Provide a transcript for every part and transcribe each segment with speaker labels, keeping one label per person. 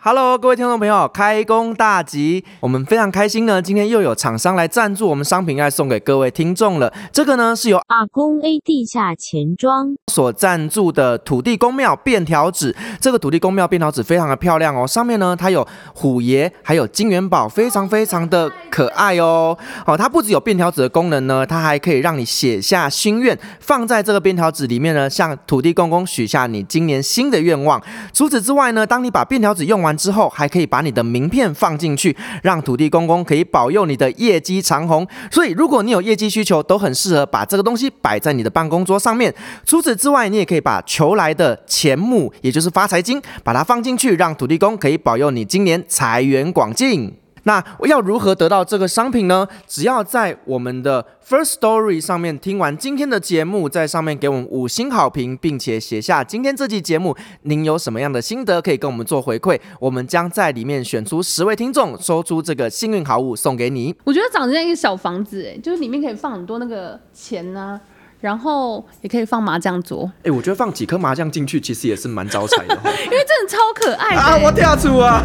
Speaker 1: Hello，各位听众朋友，开工大吉！我们非常开心呢，今天又有厂商来赞助我们商品爱送给各位听众了。这个呢是由
Speaker 2: 阿公 A 地下钱庄，
Speaker 1: 所赞助的土地公庙便条纸，这个土地公庙便条纸非常的漂亮哦，上面呢它有虎爷，还有金元宝，非常非常的可爱哦。哦，它不只有便条纸的功能呢，它还可以让你写下心愿，放在这个便条纸里面呢，向土地公公许下你今年新的愿望。除此之外呢，当你把便条纸用完之后，还可以把你的名片放进去，让土地公公可以保佑你的业绩长虹。所以，如果你有业绩需求，都很适合把这个东西摆在你的办公桌上面。除此之外，你也可以把求来的钱木，也就是发财金，把它放进去，让土地公可以保佑你今年财源广进。那要如何得到这个商品呢？只要在我们的 First Story 上面听完今天的节目，在上面给我们五星好评，并且写下今天这期节目您有什么样的心得，可以跟我们做回馈，我们将在里面选出十位听众，抽出这个幸运好物送给你。
Speaker 3: 我觉得长得像一个小房子、哎，就是里面可以放很多那个钱呐、然后也可以放麻将桌，
Speaker 1: 哎、我觉得放几颗麻将进去，其实也是蛮招财的、哦
Speaker 3: 因为真的超可爱的、欸
Speaker 1: 啊，我跳出啊！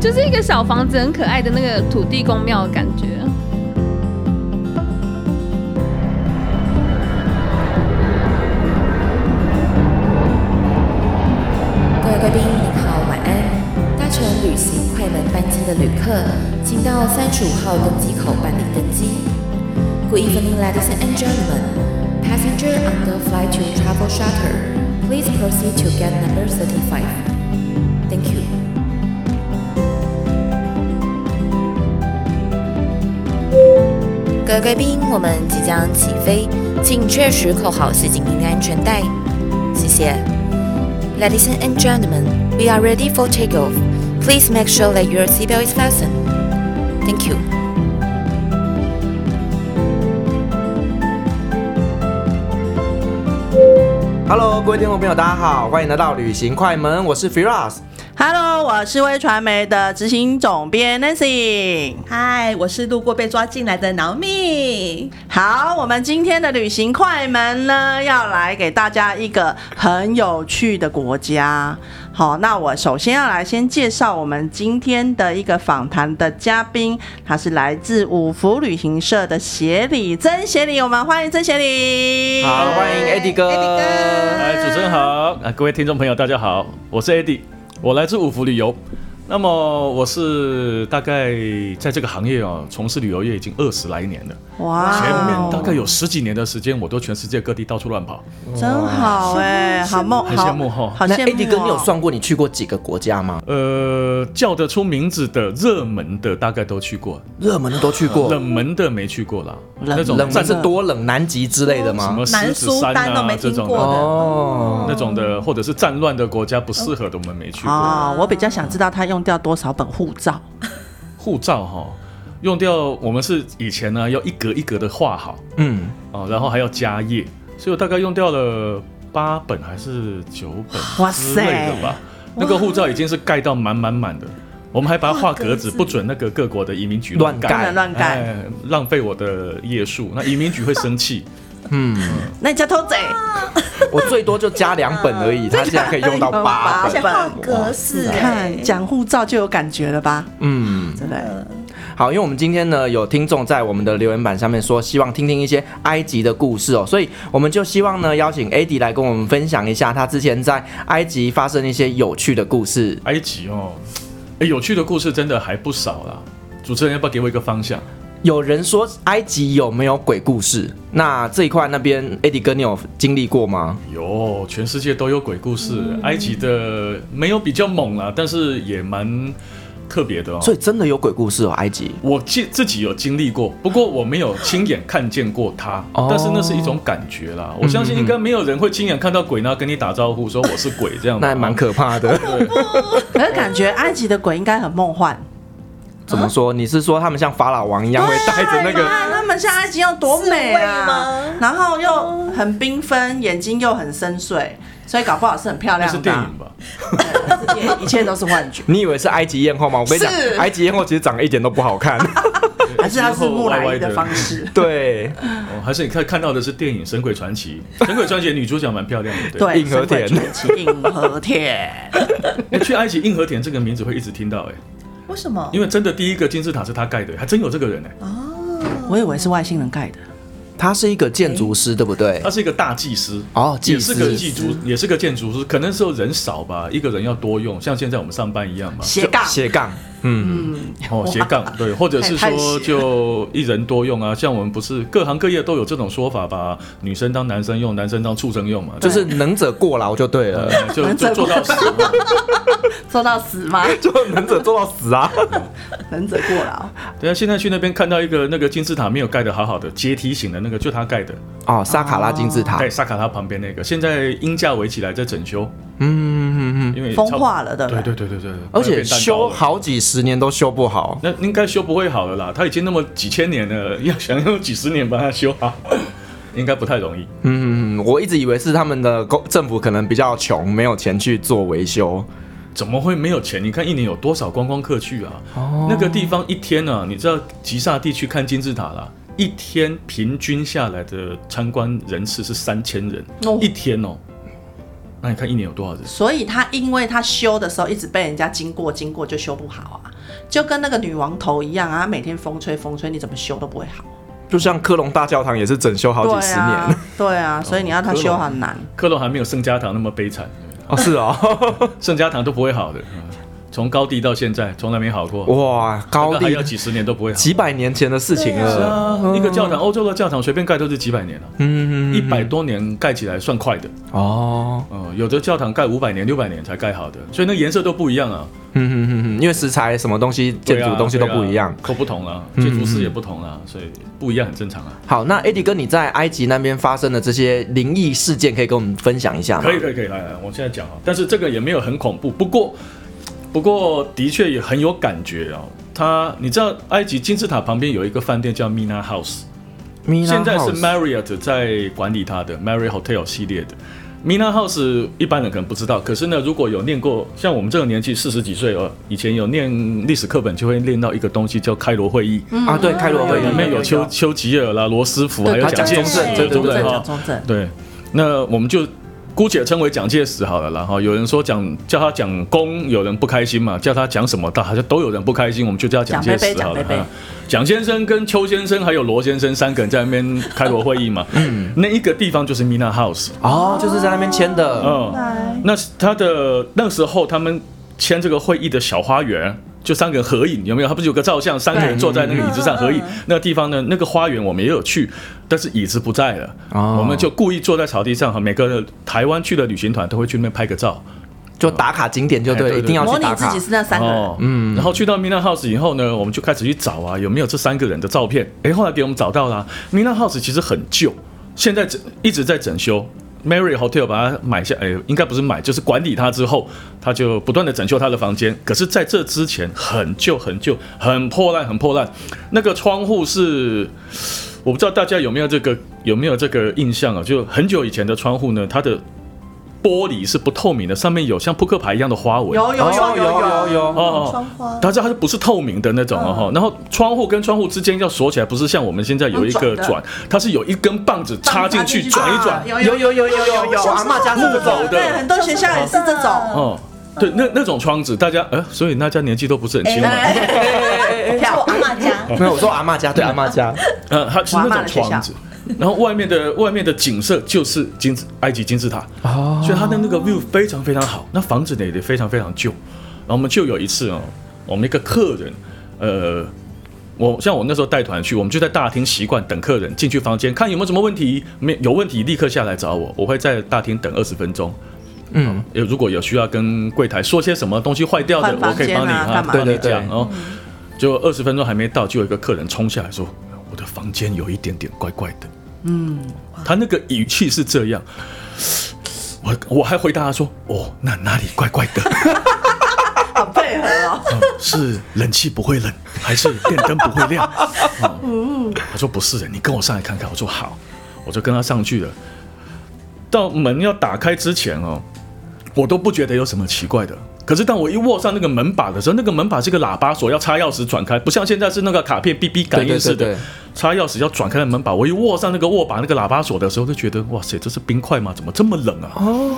Speaker 3: 就是一个小房子，很可爱的那个土地公庙的感觉。
Speaker 4: 各位贵宾，您好，晚安。搭乘旅行快门班机的旅客，请到三十五号登机口办理登机。Good evening, ladies and gentlemen. Passenger on the flight to Travel Charter, please proceed to gate number thirty-five. Thank you. 各位贵宾，我们即将起飞，请确实扣好系紧您的安全带，谢谢。Ladies and gentlemen, we are ready for takeoff. Please make sure that your seatbelt is fastened. Thank you.
Speaker 1: 哈喽，各位听众朋友，大家好，欢迎来到旅行快门，我是 Firas。
Speaker 5: Hello，我是微传媒的执行总编 Nancy。
Speaker 6: 嗨，我是路过被抓进来的挠蜜。
Speaker 5: 好，我们今天的旅行快门呢，要来给大家一个很有趣的国家。好，那我首先要来先介绍我们今天的一个访谈的嘉宾，他是来自五福旅行社的协理曾协理，我们欢迎曾协理。
Speaker 1: 好，欢迎 Eddie 哥。
Speaker 7: 哎，主持人好，啊，各位听众朋友，大家好，我是 Eddie，我来自五福旅游。那么我是大概在这个行业哦，从事旅游业已经二十来年了，
Speaker 6: 哦
Speaker 5: 哇
Speaker 7: 前面大概有十几年的时间，我都全世界各地到处乱跑。
Speaker 5: 真好哎、好梦，
Speaker 7: 很
Speaker 5: 好
Speaker 7: 羡慕哈
Speaker 5: 好
Speaker 1: 那
Speaker 5: 羡慕、哦。
Speaker 1: AD 哥，你有算过你去过几个国家吗？
Speaker 7: 呃，叫得出名字的、热门的大概都去过，
Speaker 1: 热门的都去过，
Speaker 7: 冷门的没去过啦。
Speaker 5: 冷
Speaker 7: 那种
Speaker 1: 冷门
Speaker 7: 战
Speaker 1: 是多冷，南极之类的
Speaker 7: 什
Speaker 1: 吗？
Speaker 7: 么
Speaker 6: 南
Speaker 7: 狮子
Speaker 6: 苏
Speaker 7: 山
Speaker 6: 丹都
Speaker 7: 啊
Speaker 6: 没
Speaker 7: 这
Speaker 6: 听
Speaker 7: 种
Speaker 6: 过
Speaker 7: 的，
Speaker 6: 的
Speaker 1: 哦，
Speaker 7: 那种的，或者是战乱的国家不
Speaker 6: 哦
Speaker 7: 适合的，我们没去过。
Speaker 5: 哦，我比较想知道他用掉多少本护照。
Speaker 7: 护照哈、用掉我们是以前呢要一格一格的画好
Speaker 1: 嗯，
Speaker 7: 哦，然后还要加页，所以我大概用掉了八本还是九
Speaker 5: 哇
Speaker 7: 本之
Speaker 5: 塞
Speaker 7: 类的吧。那个护照已经是盖到满满满的，我们还把它画格子，不准那个各国的移民局
Speaker 1: 乱
Speaker 5: 不
Speaker 1: 盖
Speaker 7: 盖，
Speaker 5: 能乱盖，
Speaker 7: 哎，浪费我的页数，那移民局会生气。
Speaker 5: 那你叫偷贼。
Speaker 1: 嗯我最多就加两本而 已，他竟然可以用到八
Speaker 6: 而
Speaker 5: 哎
Speaker 6: 且
Speaker 1: 本。
Speaker 6: 画格式，
Speaker 5: 看讲护照就有感觉了吧？
Speaker 1: 嗯，
Speaker 5: 对不对？
Speaker 1: 好，因为我们今天呢有听众在我们的留言板上面说，希望听听一些埃及的故事哦，所以我们就希望呢邀请 AD 来跟我们分享一下他之前在埃及发生一些有趣的故事。
Speaker 7: 埃及哦，哎，有趣的故事真的还不少啦。主持人要不要给我一个方向？
Speaker 1: 有人说埃及有没有鬼故事？那这一块那边 AD 哥你有经历过吗？
Speaker 7: 有，全世界都有鬼故事。埃及的没有比较猛啦，但是也蛮特别的哦。
Speaker 1: 所以真的有鬼故事哦，埃及。
Speaker 7: 我自自己有经历过，不过我没有亲眼看见过它，
Speaker 1: 哦
Speaker 7: 但是那是一种感觉啦。我相信应该没有人会亲眼看到鬼，然后跟你打招呼说我是鬼 这样吧。
Speaker 1: 那还蛮可怕的。
Speaker 5: 可是感觉埃及的鬼应该很梦幻，
Speaker 1: 怎么说？你是说他们像法老王一样会带着那
Speaker 5: 对
Speaker 1: 个？
Speaker 5: 啊他们像埃及有多美
Speaker 6: 刺猬
Speaker 5: 啊
Speaker 6: 吗，
Speaker 5: 然后又很缤纷，眼睛又很深邃，所以搞不好是很漂
Speaker 7: 那
Speaker 5: 亮
Speaker 7: 是
Speaker 5: 的
Speaker 7: 电
Speaker 5: 啊、
Speaker 7: 影吧？
Speaker 5: 对一切都是
Speaker 1: 。
Speaker 5: 幻觉
Speaker 1: 你以为是埃及艳后吗？我跟你讲
Speaker 5: 是，
Speaker 1: 埃及艳后其实长得一点都不好 看。
Speaker 5: 还是它是木
Speaker 7: 歪
Speaker 5: 乃
Speaker 7: 歪
Speaker 5: 伊的方式。
Speaker 1: 对，
Speaker 7: 哦，还是你看看到的是电影《神鬼传奇》？《神鬼传奇》的女主角蛮漂亮的，对。
Speaker 5: 对，
Speaker 1: 硬核田
Speaker 5: 神鬼 传奇硬核田，
Speaker 7: 哎去埃及硬和田这个名字会一直听到，哎，
Speaker 6: 为什么？
Speaker 7: 因为真的第一个金字塔是他盖的，还真有这个人哎，
Speaker 5: 我以为是外星人盖的。
Speaker 1: 他是一个建筑师，对不对
Speaker 7: 他？是一个大祭司。
Speaker 1: 哦，
Speaker 7: 也
Speaker 1: 技
Speaker 7: 是个
Speaker 1: 师。
Speaker 7: 技筑，也是个建筑师，可能时候人少吧，一个人要多用，像现在我们上班一样嘛。
Speaker 5: 斜杠，
Speaker 1: 斜杠，嗯，
Speaker 7: 哦，斜杠 对，或者是
Speaker 5: 太太斜
Speaker 7: 说
Speaker 5: 了
Speaker 7: 就一人多用啊，像我们不是各行各业都有这种说法吧？女生当男生用，男生当畜生用嘛，
Speaker 1: 就是能者过劳就对了，
Speaker 7: 呃就就做到死嘛。
Speaker 5: 做到死吗？
Speaker 1: 就能者做到死啊！
Speaker 5: 忍者过 劳，
Speaker 7: 对啊，现在去那边看到一个那个金字塔没有盖的好好的阶梯型的那个，就他盖的，
Speaker 1: 哦，撒卡拉金字塔，
Speaker 7: 在萨卡塔旁边那个，现在鹰架围起来在整修，
Speaker 1: 嗯嗯嗯嗯，
Speaker 7: 因为
Speaker 5: 风
Speaker 7: 差不
Speaker 5: 化了的。
Speaker 7: 对对对对对，对
Speaker 1: 而
Speaker 7: 快
Speaker 1: 且
Speaker 7: 变蛋糕
Speaker 1: 修
Speaker 7: 了
Speaker 1: 好几十年都修不好，
Speaker 7: 那应该修不会好了啦，他已经那么几千年了，要想用几十年把它修好， 应该不太容易。
Speaker 1: 嗯，我一直以为是他们的公政府可能比较穷，没有钱去做维修。
Speaker 7: 怎么会没有钱？你看一年有多少观光客去啊？
Speaker 1: 哦
Speaker 7: 那个地方一天啊，你知道吉萨地区看金字塔啦，一天平均下来的参观人次是三千人，
Speaker 5: 哦
Speaker 7: 一天哦。那你看一年有多少人？
Speaker 5: 所以他因为他修的时候一直被人家经过，经过就修不好啊，就跟那个女王头一样啊，她每天风吹风吹，你怎么修都不会好。
Speaker 1: 就像科隆大教堂也是整修好几十
Speaker 5: 对
Speaker 1: 年、
Speaker 5: 啊，对啊，所以你要他修
Speaker 7: 科隆
Speaker 5: 很难。
Speaker 7: 克隆还没有圣家堂那么悲惨，
Speaker 1: 哦，是哦，
Speaker 7: 圣家堂都不会好的，嗯从高地到现在从来没好过，
Speaker 1: 哇，哦高
Speaker 7: 那还要
Speaker 1: 地
Speaker 7: 几十年都不会好。
Speaker 1: 几百年前的事情
Speaker 7: 是
Speaker 1: 了，
Speaker 7: 啊，一个教堂，欧洲的教堂随便盖都是几百年了、
Speaker 1: 嗯，
Speaker 7: 一百多年盖起来算快的，
Speaker 1: 哦，
Speaker 7: 嗯，有的教堂盖五百年、六百年才盖好的，所以那个颜色都不一样啊，
Speaker 1: 嗯嗯嗯嗯，因为食材什么东西、建
Speaker 7: 对啊
Speaker 1: 筑东西都不一样。嗯
Speaker 7: 对啊都不同啊，建筑师也不同啊，所以不一样很正常啊。
Speaker 1: 好，那 Eddie 哥，你在埃及那边发生的这些灵异事件，可以跟我们分享一下吗？
Speaker 7: 可以可以可以，来来，我现在讲啊，但是这个也没有很恐怖，不过不过的确也很有感觉哦。它，你知道埃及金字塔旁边有一个饭店叫 Mina House，
Speaker 1: Mina
Speaker 7: 现在是
Speaker 1: House
Speaker 7: Marriott 在管理它的 Marriott Hotel 系列的。Mina House 一般人可能不知道，可是呢，如果有念过像我们这个年纪四十几岁哦，以前有念历史课本，就会念到一个东西叫开罗会议，
Speaker 1: 啊，对，开罗
Speaker 7: 对，
Speaker 1: 会
Speaker 7: 里面
Speaker 1: 议，
Speaker 7: 有丘丘吉尔啦、罗斯福，
Speaker 5: 对
Speaker 7: 还有
Speaker 1: 他
Speaker 7: 蒋
Speaker 1: 讲
Speaker 7: 介
Speaker 1: 中
Speaker 7: 石
Speaker 1: 正，
Speaker 7: 对
Speaker 5: 讲
Speaker 7: 对
Speaker 5: 中
Speaker 7: 对
Speaker 5: 正，讲
Speaker 7: 哈。
Speaker 5: 中正，
Speaker 7: 对，那我们就姑且称为蒋介石好了啦哈。有人说讲叫他讲公，有人不开心嘛；叫他讲什么，大好像都有人不开心，我们就叫他蒋介石
Speaker 5: 蒋
Speaker 7: 好
Speaker 5: 贝贝蒋
Speaker 7: 了
Speaker 5: 贝贝
Speaker 7: 哈。蒋先生跟邱先生还有罗先生三个人在那边开罗会议嘛。嗯，那一个地方就是 Mina House。
Speaker 1: 哦，就是在那边签的，
Speaker 7: 嗯，那是他的那时候他们签这个会议的小花园，就三个人合影，有没有？他不是有个照相，三个人坐在那个椅子上合影。那个地方呢，那个花园我们也有去，但是椅子不在了，
Speaker 1: 哦
Speaker 7: 我们就故意坐在草地上，哈，每个台湾去的旅行团都会去那边拍个照。
Speaker 1: 就打卡景点就
Speaker 7: 哎对
Speaker 1: 对，一
Speaker 7: 对
Speaker 1: 定要
Speaker 5: 模
Speaker 1: 去
Speaker 5: 拟
Speaker 1: 打
Speaker 5: 自
Speaker 1: 卡
Speaker 5: 己。是那三个人，
Speaker 7: 哦，嗯，然后去到 Mina House 以后呢，我们就开始去找啊，有没有这三个人的照片？哎，后来给我们找到了、Mina House 其实很旧，现在整一直在整修。Mary Hotel 把它买下，哎，应该不是买，就是管理它之后，他就不断的整修他的房间。可是，在这之前，很旧很旧，很破烂，很破烂。那个窗户是，我不知道大家有没有这个有没有这个印象啊？就很久以前的窗户呢，它的玻璃是不透明的，上面有像扑克牌一样的花纹。
Speaker 5: 有有有有哦有有，
Speaker 1: 有，
Speaker 7: 哦，
Speaker 6: 窗花
Speaker 7: 但是它就不是透明的那种
Speaker 5: 嗯
Speaker 7: 哦，哈然后窗户跟窗户之间要锁起来，不是像我们现在有一
Speaker 5: 用
Speaker 7: 个
Speaker 5: 嗯转的
Speaker 7: 转，它是有一根棒子插进去转一转，
Speaker 5: 有有有有有有有，
Speaker 1: 阿嬷家是这种
Speaker 7: 木头
Speaker 5: 对，
Speaker 7: 的，
Speaker 5: 很多学校也是这种，
Speaker 7: 哦，
Speaker 5: 嗯
Speaker 7: 对，那那种窗子，大家呃，所以大家年纪都不是很
Speaker 5: 哎
Speaker 7: 轻嘛，
Speaker 6: 是我阿妈家，
Speaker 1: 没有，我说阿嬷家，对阿嬷家，
Speaker 7: 呃，它是
Speaker 5: 我阿
Speaker 7: 那
Speaker 5: 嬷
Speaker 7: 种
Speaker 5: 的学校
Speaker 7: 窗子，然后外面的外面的景色就是金字埃及金字塔，
Speaker 1: 哦
Speaker 7: 所以它的那个 view 非常非常好，那房子呢也非常非常旧。然后我们就有一次哦，我们一个客人，呃，我像我那时候带团去，我们就在大厅习惯等客人进去房间，看有没有什么问题，没有问题立刻下来找我，我会在大厅等二十分钟。
Speaker 1: 嗯，
Speaker 7: 有如果有需要跟柜台说些什么东西坏掉的
Speaker 5: 换，
Speaker 7: 我
Speaker 5: 房
Speaker 7: 可以
Speaker 5: 间
Speaker 7: 帮你
Speaker 5: 啊干嘛
Speaker 7: 帮你
Speaker 1: 对对对
Speaker 7: 讲哦。结果二十分钟还没到，就有一个客人冲下来说：“我的房间有一点点怪怪的。”嗯，他那个语气是这样，我我还回答他说：“哦，那哪里怪怪的？”
Speaker 5: 好配合哦，
Speaker 7: 嗯是冷气不会冷，还是电灯不 会亮？嗯他说不是的，你跟我上来看看。我说好，我就跟他上去了。到门要打开之前哦，我都不觉得有什么奇怪的。可是当我一握上那个门把的时候，那个门把是个喇叭锁，要插钥匙转开，不像现在是那个卡片哔哔感应式
Speaker 1: 对对对
Speaker 7: 的
Speaker 1: 对，
Speaker 7: 插钥匙要转开的门把。我一握上那个握把那个喇叭锁的时候，就觉得哇塞，这是冰块吗？怎么这么冷啊？
Speaker 1: 哦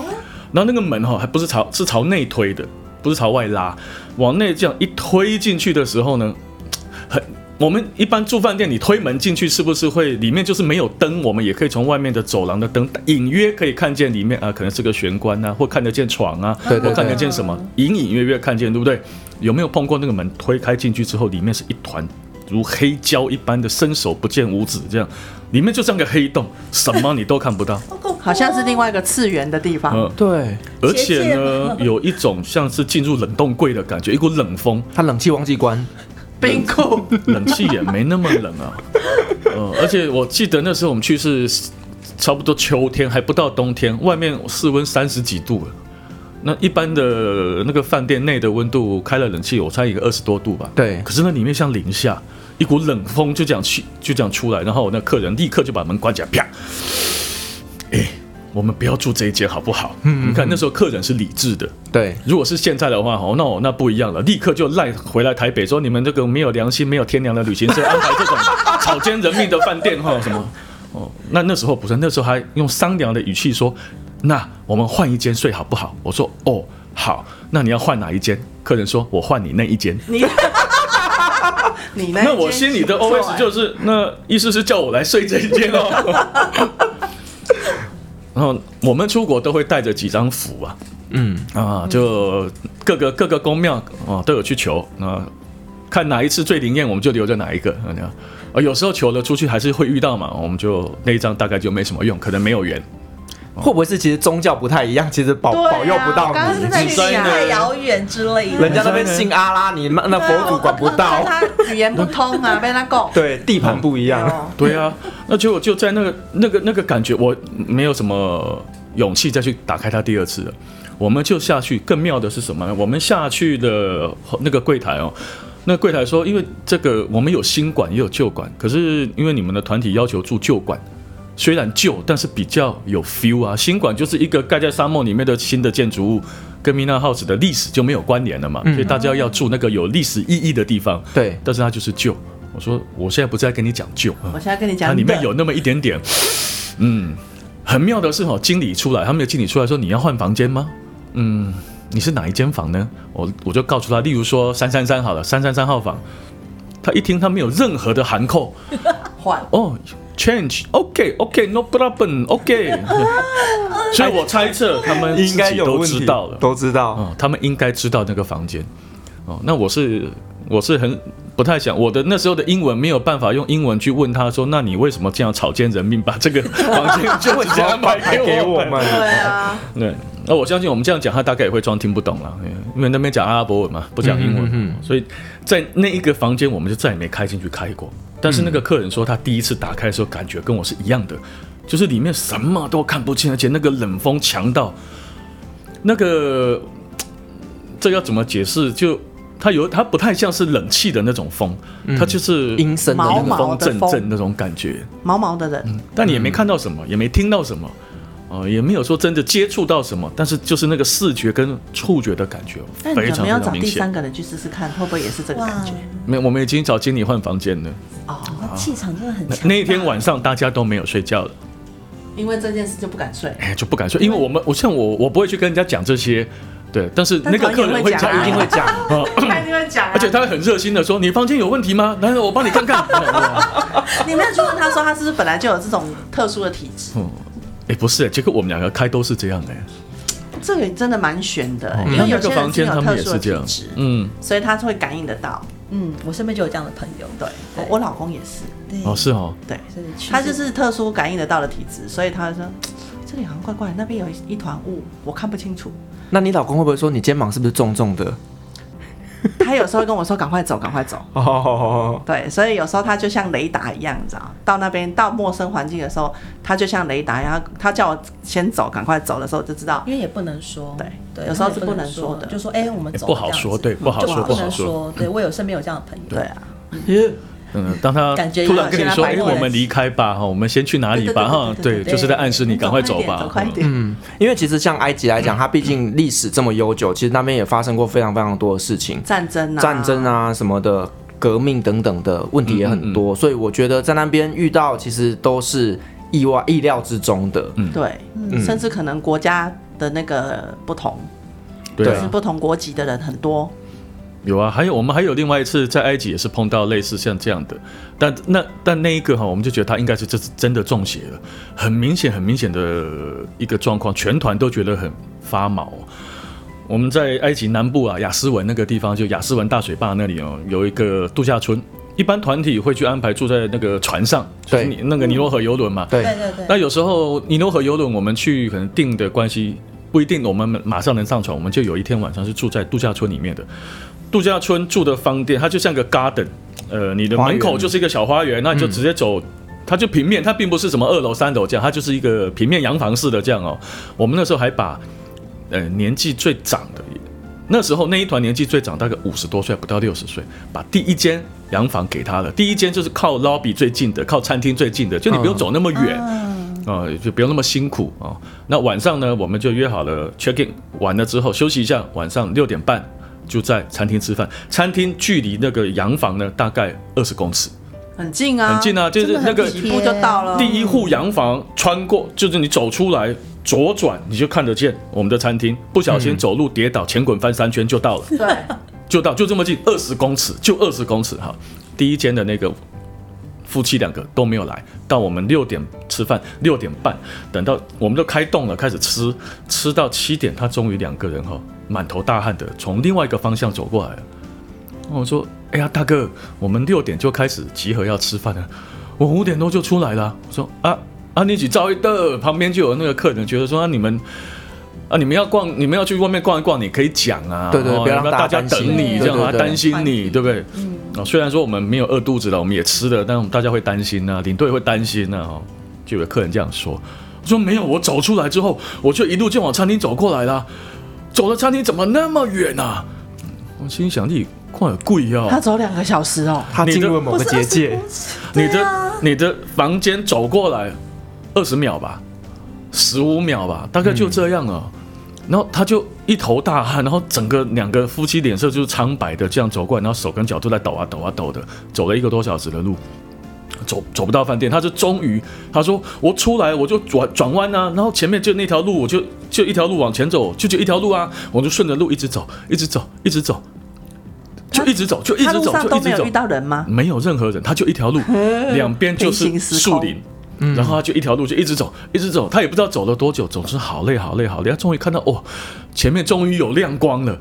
Speaker 7: 然后那个门哦哈、还不是朝是朝内推的，不是朝外拉，往内这样一推进去的时候呢，很。我们一般住饭店，你推门进去是不是会里面就是没有灯？我们也可以从外面的走廊的灯隐约可以看见里面啊，可能是个玄关啊，或看得见床啊，
Speaker 1: 对对
Speaker 7: 或看得
Speaker 1: 对
Speaker 7: 见什么，隐隐约约看见，对不对？有没有碰过那个门推开进去之后，里面是一团如黑胶一般的伸手不见五指这样，里面就像个黑洞，什么你都看不到。
Speaker 5: 好像是另外一个次元的地方。
Speaker 7: 嗯，
Speaker 1: 对，
Speaker 7: 而且呢，有一种像是进入冷冻柜的感觉，一股冷风，
Speaker 1: 他冷气忘记关，
Speaker 5: 冰库，
Speaker 7: 冷气也没那么冷 啊。呃，而且我记得那时候我们去是差不多秋天，还不到冬天，外面室温三十几度了。啊那一般的那个饭店内的温度，开了冷气，我猜也二十多度吧。
Speaker 1: 对
Speaker 7: 可是那里面像零下，一股冷风就这样去，就这样出来，然后我那客人立刻就把门关起来，啪！哎，我们不要住这一间好不好？嗯，你看那时候客人是理智的，
Speaker 1: 对，
Speaker 7: 如果是现在的话，哦，那我那不一样了，立刻就赖回来台北说你们这个没有良心、没有天良的旅行社安排这种草菅人命的饭店，哈、什么？哦，那那时候不是，那时候还用商量的语气说，那我们换一间睡好不好？我说哦，好，那你要换哪一间？客人说我换你那一间。
Speaker 5: 你 你那一
Speaker 7: 那
Speaker 5: 间
Speaker 7: 我心里的
Speaker 5: 不错
Speaker 7: OS 就是，那意思是叫我来睡这一间哦。 然后我们出国都会带着几张符啊，
Speaker 1: 嗯，
Speaker 7: 啊，就各个各个宫庙啊都有去求啊，看哪一次最灵验，我们就留着哪一个。啊这样啊，有时候求了出去还是会遇到嘛，我们就那一张大概就没什么用，可能没有缘。
Speaker 1: 会不会是其实宗教不太一样，其实保
Speaker 5: 对啊
Speaker 1: 保佑不到
Speaker 5: 我刚刚
Speaker 1: 你
Speaker 5: 是？在
Speaker 6: 在
Speaker 5: 想
Speaker 6: 太遥远之类的。
Speaker 1: 人家那边信阿拉，你那那佛祖管不
Speaker 5: 对
Speaker 1: 到，
Speaker 5: 啊我他语言不通 啊，被他告。
Speaker 1: 对，地盘不一样，
Speaker 5: 哦，
Speaker 7: 对啊，那结果就在那个那个那个感觉，我没有什么勇气再去打开它第二次了。我们就下去，更妙的是什么呢？我们下去的那个柜台哦，那柜台说，因为这个我们有新馆也有旧馆，可是因为你们的团体要求住旧馆，虽然旧，但是比较有 feel 啊。新馆就是一个盖在沙漠里面的新的建筑物，跟 Mina House 的历史就没有关联了嘛，所以大家要住那个有历史意义的地方。
Speaker 1: 对
Speaker 7: 但是它就是旧。我说我现在不是在跟你讲旧，嗯
Speaker 5: 我现在跟你
Speaker 7: 它
Speaker 5: 讲，
Speaker 7: 里面有那么一点点，嗯，很妙的是哦，经理出来，他们的经理出来说你要换房间吗？嗯，你是哪一间房呢？我我就告诉他，例如说三三三好了，三三三号房，他一听他没有任何的函扣，
Speaker 5: 换
Speaker 7: 哦，change，OK OK，no problem，OK，所 以我猜测他们
Speaker 1: 应该
Speaker 7: 自己
Speaker 1: 有
Speaker 7: 都
Speaker 1: 问题
Speaker 7: 知道了，
Speaker 1: 都知道，
Speaker 7: 哦，他们应该知道那个房间。哦，那我是我是很不太想，我的那时候的英文没有办法用英文去问他说，那你为什么这样草菅人命，把这个房间就直接安排
Speaker 1: 还
Speaker 7: 给
Speaker 1: 给
Speaker 7: 我
Speaker 1: 我
Speaker 7: 们？
Speaker 5: 对
Speaker 1: 们，
Speaker 5: 啊，
Speaker 7: 对，那我相信我们这样讲，他大概也会装听不懂了，因为那边讲阿拉伯文嘛，不讲英文，
Speaker 1: 嗯嗯
Speaker 7: 所以在那一个房间，我们就再也没开进去开过。但是那个客人说，他第一次打开的时候，感觉跟我是一样的，就是里面什么都看不清，而且那个冷风强到，那个这要怎么解释？就它有它不太像是冷气的那种风，它就是
Speaker 1: 嗯阴森的那哦
Speaker 5: 毛
Speaker 1: 个
Speaker 7: 冷
Speaker 5: 毛
Speaker 7: 风
Speaker 5: 的
Speaker 7: 阵
Speaker 5: 风
Speaker 7: 阵那种感觉。
Speaker 5: 毛毛的人，
Speaker 7: 但你也没看到什么，也没听到什么，呃，也没有说真的接触到什么，但是就是那个视觉跟触觉的感觉
Speaker 5: 那
Speaker 7: 非
Speaker 5: 你怎
Speaker 7: 常
Speaker 5: 么
Speaker 7: 非
Speaker 5: 要
Speaker 7: 常
Speaker 5: 找
Speaker 7: 明
Speaker 5: 第
Speaker 7: 显
Speaker 5: 三。个人去试试看，会不会也是这个感觉？
Speaker 7: 没有，我们已经找经理换房间了。
Speaker 5: 哦
Speaker 6: 哇气场真的很
Speaker 7: 那
Speaker 6: 强。
Speaker 7: 那一天晚上大家都没有睡觉了，
Speaker 5: 因为这件事就不敢睡。
Speaker 7: 哎，就不敢睡，因为我们我像我我不会去跟人家讲这些，对，但是
Speaker 5: 但
Speaker 7: 那
Speaker 5: 团
Speaker 7: 个
Speaker 5: 员
Speaker 7: 客人
Speaker 5: 会
Speaker 7: 会
Speaker 5: 讲
Speaker 7: 讲，
Speaker 5: 啊
Speaker 7: 一定 会讲。啊
Speaker 5: 他一定会讲啊
Speaker 7: 而且他会很热心的说：“你房间有问题吗？来，我帮你 看看。
Speaker 5: 你没有去问他说他是不是本来就有这种特殊的体质”？
Speaker 7: 嗯，哎，不是，结果我们两个开都是这样哎。
Speaker 5: 这个真的蛮悬的，嗯因
Speaker 7: 那
Speaker 5: 为
Speaker 7: 那
Speaker 5: 有些
Speaker 7: 个
Speaker 5: 人
Speaker 7: 房间
Speaker 5: 有
Speaker 7: 他
Speaker 5: 特
Speaker 7: 们也
Speaker 5: 殊
Speaker 7: 是
Speaker 5: 的
Speaker 7: 这样
Speaker 5: 体质，，
Speaker 7: 嗯，
Speaker 5: 所以他会感应得到。
Speaker 6: 嗯，我身边就有这样的朋友。
Speaker 7: 嗯
Speaker 5: 对，我
Speaker 6: 对
Speaker 5: 我老公也是，
Speaker 6: 对，
Speaker 7: 哦是哦，
Speaker 5: 对，
Speaker 6: 所以去
Speaker 5: 他就是特殊感应得到的体质，所以他说这里好像怪怪，那边有一一团雾，我看不清楚。
Speaker 1: 那你老公会不会说你肩膀是不是重重的？
Speaker 5: 他有时候会跟我说赶快走，赶快走。
Speaker 1: 哦，
Speaker 5: 对，所以有时候他就像雷达一样，你知道，到那边到陌生环境的时候，他就像雷达一样，他叫我先走，赶快走的时候就知道
Speaker 6: 因为也不能说，
Speaker 5: 对
Speaker 6: 对，
Speaker 5: 有时候
Speaker 6: 他
Speaker 5: 是
Speaker 6: 也
Speaker 5: 不
Speaker 6: 不
Speaker 5: 能说
Speaker 6: 说
Speaker 5: 的
Speaker 6: 就说哎，我们
Speaker 7: 也
Speaker 6: 走，
Speaker 7: 不好
Speaker 6: 这样
Speaker 7: 说
Speaker 6: 子
Speaker 7: 对不好
Speaker 6: 就
Speaker 7: 说
Speaker 6: 不
Speaker 7: 不好
Speaker 6: 能
Speaker 7: 说
Speaker 6: 说，对我有身边有这样的朋友，
Speaker 5: 对啊，
Speaker 7: 嗯，当他
Speaker 6: 感觉
Speaker 7: 突然
Speaker 6: 有
Speaker 7: 跟你
Speaker 6: 点
Speaker 7: 说：“
Speaker 6: 像
Speaker 7: 哎，
Speaker 6: 白
Speaker 7: 我们
Speaker 6: 人
Speaker 7: 离开吧，哈，我们先去哪里吧？”哈，
Speaker 5: 对对对
Speaker 7: 对，
Speaker 5: 对嗯
Speaker 7: 就是在暗示你赶快走吧，
Speaker 5: 走快一点，
Speaker 1: 嗯，因为其实像埃及来讲，它毕竟历史这么悠久，其实那边也发生过非常非常多的事情，
Speaker 5: 战争啊，
Speaker 1: 战争啊什么的。革命等等的问题也很多，所以我觉得在那边遇到其实都是意外、意料之中的。
Speaker 7: 嗯
Speaker 5: 对，
Speaker 1: 嗯
Speaker 5: 甚至可能国家的那个不同，
Speaker 7: 对
Speaker 5: 就是
Speaker 7: 啊，
Speaker 5: 不同国籍的人很多，
Speaker 7: 有啊，还有我们还有另外一次在埃及也是碰到类似像这样的，但那但那一个哈，我们就觉得他应该是这是真的中邪了，很明显很明显的一个状况，全团都觉得很发毛。我们在埃及南部啊，雅斯文那个地方，就雅斯文大水坝那里哦，有一个度假村，一般团体会去安排住在那个船上，就是
Speaker 1: 对
Speaker 7: 你那个尼罗河游轮嘛，
Speaker 1: 对，
Speaker 6: 对对对，
Speaker 7: 那有时候尼罗河游轮，我们去可能订的关系不一定，我们马上能上船。我们就有一天晚上是住在度假村里面的，度假村住的房店，它就像个 garden，呃，你的
Speaker 1: 花园
Speaker 7: 门口就是一个小花园，那你就直接走。它就平面，它并不是什么二楼、三楼这样，它就是一个平面洋房式的这样哦。我们那时候还把，呃，年纪最长的，那时候那一团年纪最长，大概五十多岁，不到六十岁，把第一间洋房给他了。第一间就是靠 lobby 最近的，靠餐厅最近的，就你不用走那么远，啊、就不用那么辛苦啊、那晚上呢，我们就约好了 check in，完了之后休息一下，晚上六点半就在餐厅吃饭。餐厅距离那个洋房呢，大概二十公尺，
Speaker 5: 很近啊，
Speaker 7: 很近
Speaker 5: 啊，
Speaker 7: 啊，就是那个
Speaker 5: 几步就到了。
Speaker 7: 第一户洋房穿过，就是你走出来左转，你就看得见我们的餐厅。不小心走路跌倒，前滚翻三圈就到了，
Speaker 5: 对，
Speaker 7: 就到，就这么近，二十公尺，就二十公尺哈。第一间的那个夫妻两个都没有来，到我们六点吃饭，六点半，等到我们都开动了，开始吃，吃到七点，他终于两个人哈，满头大汗的从另外一个方向走过来了。我说：“哎呀，大哥，我们六点就开始集合要吃饭了，我五点多就出来了。”我说：“啊啊，你几照一的，旁边就有那个客人觉得说、啊、你们。”啊！你们要逛，你们要去外面逛一逛，你可以讲啊，
Speaker 1: 对对
Speaker 7: 哦
Speaker 1: 不要让
Speaker 7: 让
Speaker 1: 大
Speaker 7: 大
Speaker 1: 家
Speaker 7: 家
Speaker 1: 担心
Speaker 7: 等你，这样
Speaker 1: 对对
Speaker 7: 啊，
Speaker 1: 对
Speaker 7: 担心你，对不对？啊，虽然说我们没有饿肚子了，我们也吃了，但我们大家会担心啊，领队会担心啊，哦，就有客人这样说，我说没有，我走出来之后，我就一路就往餐厅走过来啦，走到餐厅怎么那么远啊？我心想你快贵
Speaker 1: 哦
Speaker 7: 啊！
Speaker 5: 他走两个小时哦，
Speaker 1: 他进入了某个结界，
Speaker 7: 你的、你的房间走过来二十秒吧，十五秒吧，大概就这样了。然后他就一头大汗，然后整个两个夫妻脸色就是苍白的，这样走过来，然后手跟脚都在抖啊抖啊抖的，走了一个多小时的路，走走不到饭店，他就终于他说我出来我就转转弯啊，然后前面就那条路我就就一条路往前走，就就一条路啊，我就顺着路一直走，一直走，一直走，就一直走，就一
Speaker 5: 他
Speaker 7: 直
Speaker 5: 路
Speaker 7: 走，
Speaker 5: 上
Speaker 7: 就
Speaker 5: 都
Speaker 7: 一
Speaker 5: 没
Speaker 7: 直
Speaker 5: 有
Speaker 7: 走
Speaker 5: 遇。到人吗？
Speaker 7: 没有任何人，他就一条 路，两边就是
Speaker 5: 平行时
Speaker 7: 树
Speaker 5: 空
Speaker 7: 林，然后他就一条路就一直走，一直走，他也不知道走了多久，总之好累好累好累。他终于看到哦，前面终于有亮光了，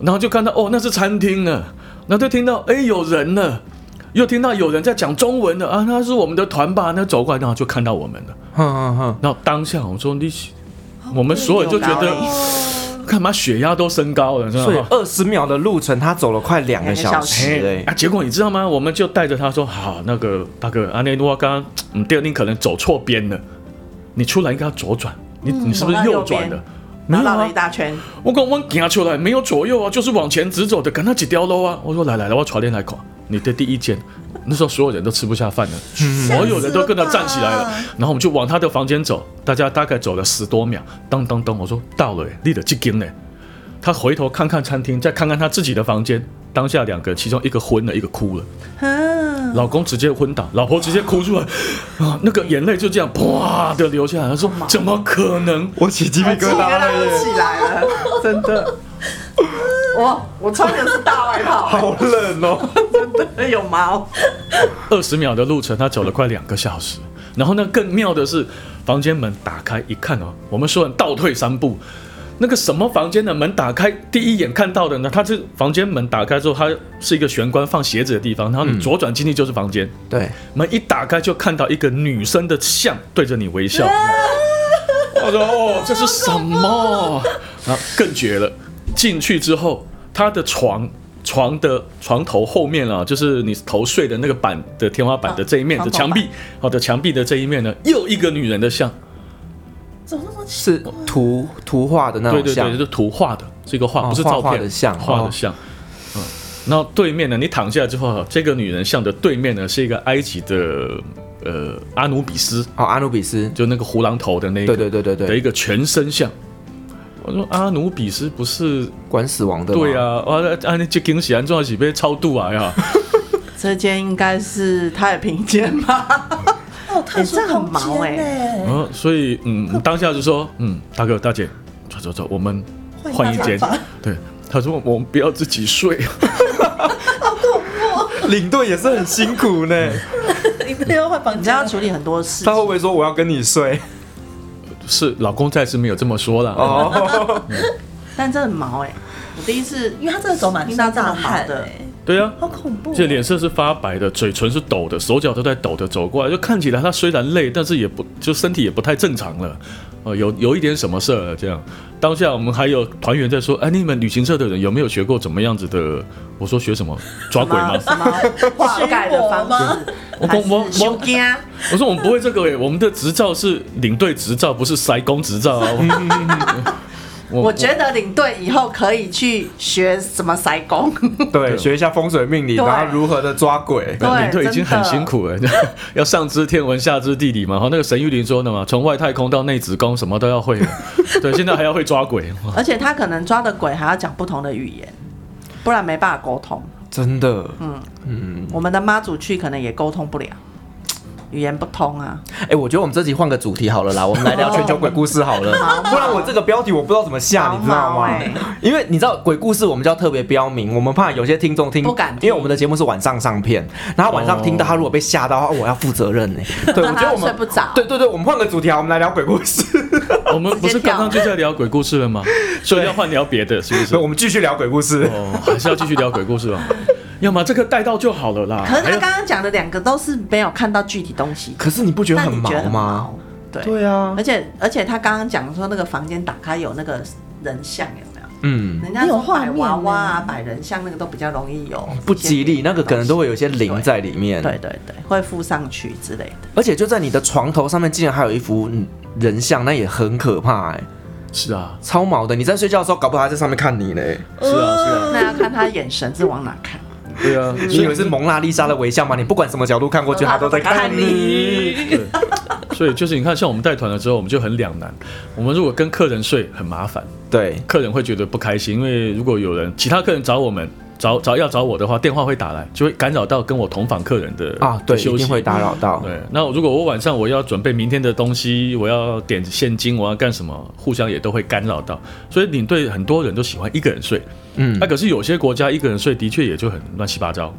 Speaker 7: 然后就看到哦那是餐厅了，然后就听到哎有人了，又听到有人在讲中文
Speaker 5: 哦
Speaker 7: 了啊，那是我们的团吧，那走过来，然后就看到我们了。
Speaker 1: 哼哼哼，
Speaker 7: 然后当下我说你，我们所有人就觉
Speaker 5: 有道理
Speaker 7: 得干嘛血压都升高了，是
Speaker 1: 所以
Speaker 7: 吧？
Speaker 1: 二十秒的路程，他走了快嗯两个小时
Speaker 7: 嘿
Speaker 1: 哎、
Speaker 7: 啊，结果你知道吗？我们就带着他说：“好，那个大哥，阿内诺刚刚，嗯，第二你可能走错边了，你出来应该要左转，你、你是不是
Speaker 5: 嗯走到右
Speaker 7: 右转了
Speaker 5: 边？
Speaker 7: 没
Speaker 5: 然
Speaker 7: 有
Speaker 5: 后绕了
Speaker 7: 啊
Speaker 5: 一，大圈，
Speaker 7: 我讲我行出来没有左右啊，就是往前直走的，跟他几条路啊。我说来来来，我传连来看你的第一间。那时候所有人都吃不下 饭了，所有人都跟他站起来了，然后我们就往他的房间走，大家大概走了十多秒，当当当，我说到了、欸，立了这间呢、他回头看看餐厅，再看看他自己的房间，当下两个其中一个昏了，一个哭了，老公直接昏倒，老婆直接哭出来，啊，那个眼泪就这样哗的流下来。他说怎么可能？
Speaker 1: 我起鸡皮疙
Speaker 5: 我
Speaker 1: 瘩
Speaker 5: 起
Speaker 1: 了耶，
Speaker 5: 鸡皮疙瘩都起来了，真的。我我穿的是大外套，
Speaker 1: 好冷哦。
Speaker 5: 有毛。
Speaker 7: 二十秒的路程，他走了快两个小时。然后呢，更妙的是，房间门打开一看哦，我们所有人倒退三步。那个什么房间的门打开，第一眼看到的呢？它是房间门打开之后，它是一个玄关放鞋子的地方，然后你左转进去就是房间。
Speaker 1: 对，
Speaker 7: 门一打开就看到一个女生的像对着你微笑。
Speaker 1: 啊
Speaker 7: 我说哦，这是啊什么？然后更绝了，进去之后，她的床床的床头后面啊，就是你头睡的那个板的天花板的这一面
Speaker 5: 啊
Speaker 7: 的
Speaker 5: 床
Speaker 7: 墙
Speaker 5: 头
Speaker 7: 壁，好的墙壁的这一面呢，又一个女人的像，
Speaker 5: 怎么那么奇
Speaker 1: 是图图画的那
Speaker 7: 对
Speaker 1: 种
Speaker 7: 对
Speaker 1: 像
Speaker 7: 对，就是图画的，是一个画，
Speaker 1: 哦
Speaker 7: 不是照
Speaker 1: 画画
Speaker 7: 片
Speaker 1: 的像
Speaker 7: 画
Speaker 1: 哦
Speaker 7: 的像。嗯，然后对面呢，你躺下之后，啊这个女人像的对面呢是一个埃及的呃阿努比斯，
Speaker 1: 哦，阿努比斯，
Speaker 7: 就那个胡狼头的那一个
Speaker 1: 对对对对
Speaker 7: 的
Speaker 1: 对，
Speaker 7: 一个全身像。我说阿努比斯不是
Speaker 1: 管死亡的，
Speaker 7: 对，啊，我说啊，你这惊喜安装是被超度啊呀！
Speaker 5: 这间应该是太平间吧？
Speaker 6: 哦，特殊
Speaker 5: 哎这很
Speaker 6: 空
Speaker 5: 毛
Speaker 6: 间呢，
Speaker 7: 嗯，所以嗯，当下就说嗯，大哥大姐，走走走，我们换一间
Speaker 6: 换一间。
Speaker 7: 对，他说我们不要自己睡，
Speaker 1: 领队也是很辛苦呢。
Speaker 6: 你们要换房
Speaker 5: 你知道要
Speaker 6: 间，
Speaker 5: 处理很多事
Speaker 1: 他会
Speaker 5: 情，
Speaker 1: 不会说我要跟你睡？
Speaker 7: 是老公在是没有这么说啦。
Speaker 1: 哦，
Speaker 5: 但这很毛哎、我第一次
Speaker 6: 因为他真的走满身大
Speaker 5: 听到这
Speaker 6: 汗
Speaker 5: 么毛的
Speaker 6: 哎，
Speaker 7: 对啊，
Speaker 6: 好恐怖哦，
Speaker 7: 这脸色是发白的，嘴唇是抖的，手脚都在抖的走过来，就看起来他虽然累，但是也不就身体也不太正常了，呃，有有一点什么事儿了啊这样。当下我们还有团员在说，哎，你们旅行社的人有没有学过怎么样子的？我说学什么抓鬼吗？
Speaker 5: 什么化改的方式，
Speaker 7: 我
Speaker 5: 还
Speaker 7: 我
Speaker 5: 是修
Speaker 7: 我
Speaker 5: 家？
Speaker 7: 我说我们不会这个诶、我们的执照是领队执照，不是塞工执照啊。我我
Speaker 5: 我觉得领队以后可以去学什么塞工，
Speaker 1: 对，学一下风水命理，
Speaker 5: 对
Speaker 1: 然后如何的抓鬼。
Speaker 5: 对
Speaker 7: 领队已经很辛苦了，要上知天文下知地理嘛。然后那个沈玉琳说的嘛，从外太空到内子宫什么都要会了。对，现在还要会抓鬼。哇
Speaker 5: 而且他可能抓的鬼还要讲不同的语言，不然没办法沟通。
Speaker 1: 真的，
Speaker 5: 嗯我们的妈祖去可能也沟通不了，语言不通啊。
Speaker 1: 哎、我觉得我们这集换个主题好了啦，我们来
Speaker 5: 哦
Speaker 1: 聊全球鬼故事好了，不然我这个标题我不知道怎么下，
Speaker 5: 毛
Speaker 1: 你知道
Speaker 5: 毛
Speaker 1: 吗
Speaker 5: 欸？
Speaker 1: 因为你知道鬼故事我们就要特别标明，我们怕有些听众听
Speaker 5: 不敢听
Speaker 1: 因为我们的节目是晚上上片，然后晚上听到他如果被吓到，哦我要负责任呢、 对，我觉得我
Speaker 5: 睡
Speaker 1: 们
Speaker 5: 不着。
Speaker 1: 对对对，我们换个主题啊，我们来聊鬼故 事，
Speaker 7: 我们不是刚刚就在聊鬼故事了吗？所以要换聊别的，是不是
Speaker 1: 所以？我们继续聊鬼故事。
Speaker 7: 哦，还是要继续聊鬼故事啊？要么这个带到就好了啦。
Speaker 5: 可是
Speaker 7: 还
Speaker 5: 他
Speaker 7: 有
Speaker 5: 刚刚讲的两个都是没有看到具体东西，
Speaker 1: 可是你不觉得
Speaker 5: 但
Speaker 1: 很
Speaker 5: 你觉
Speaker 1: 毛
Speaker 5: 得很
Speaker 1: 吗？
Speaker 5: 毛？对，
Speaker 1: 对啊
Speaker 5: 而，且而且他刚刚讲说那个房间打开有那个人像有没有？
Speaker 1: 嗯，
Speaker 5: 人家说
Speaker 6: 有画
Speaker 5: 摆
Speaker 6: 面
Speaker 5: 娃娃啊、
Speaker 6: 呢
Speaker 5: 摆人像那个都比较容易有
Speaker 1: 不吉利，那个可能都会有一些灵
Speaker 5: 对
Speaker 1: 在里面。
Speaker 5: 对对对，会附上去之类 的。
Speaker 1: 而且就在你的床头上面，竟然还有一幅嗯人像，那也很可怕哎、
Speaker 7: 是啊，
Speaker 1: 超毛的。你在睡觉的时候，搞不好还在上面看你嘞。
Speaker 5: 嗯
Speaker 7: 是啊，是啊，
Speaker 5: 那要看他眼神是往哪看。
Speaker 7: 对啊。
Speaker 1: 你以为是蒙娜丽莎的微笑吗？你不管什么角度看过去，它都在看
Speaker 5: 嗯
Speaker 1: 你。
Speaker 7: 对，所以就是你看，像我们带团了之后，我们就很两难。我们如果跟客人睡很麻烦，
Speaker 1: 对，
Speaker 7: 客人会觉得不开心，因为如果有人其他客人找我们。找找要找我的话，电话会打来，就会干扰到跟我同房客人的
Speaker 1: 啊，对，
Speaker 7: 休
Speaker 1: 一
Speaker 7: 息
Speaker 1: 定会打扰到。
Speaker 7: 对，那如果我晚上我要准备明天的东西，我要点现金，我要干什么，互相也都会干扰到。所以领队很多人都喜欢一个人睡，
Speaker 1: 嗯
Speaker 7: 那、，可是有些国家一个人睡的确也就很乱七八糟。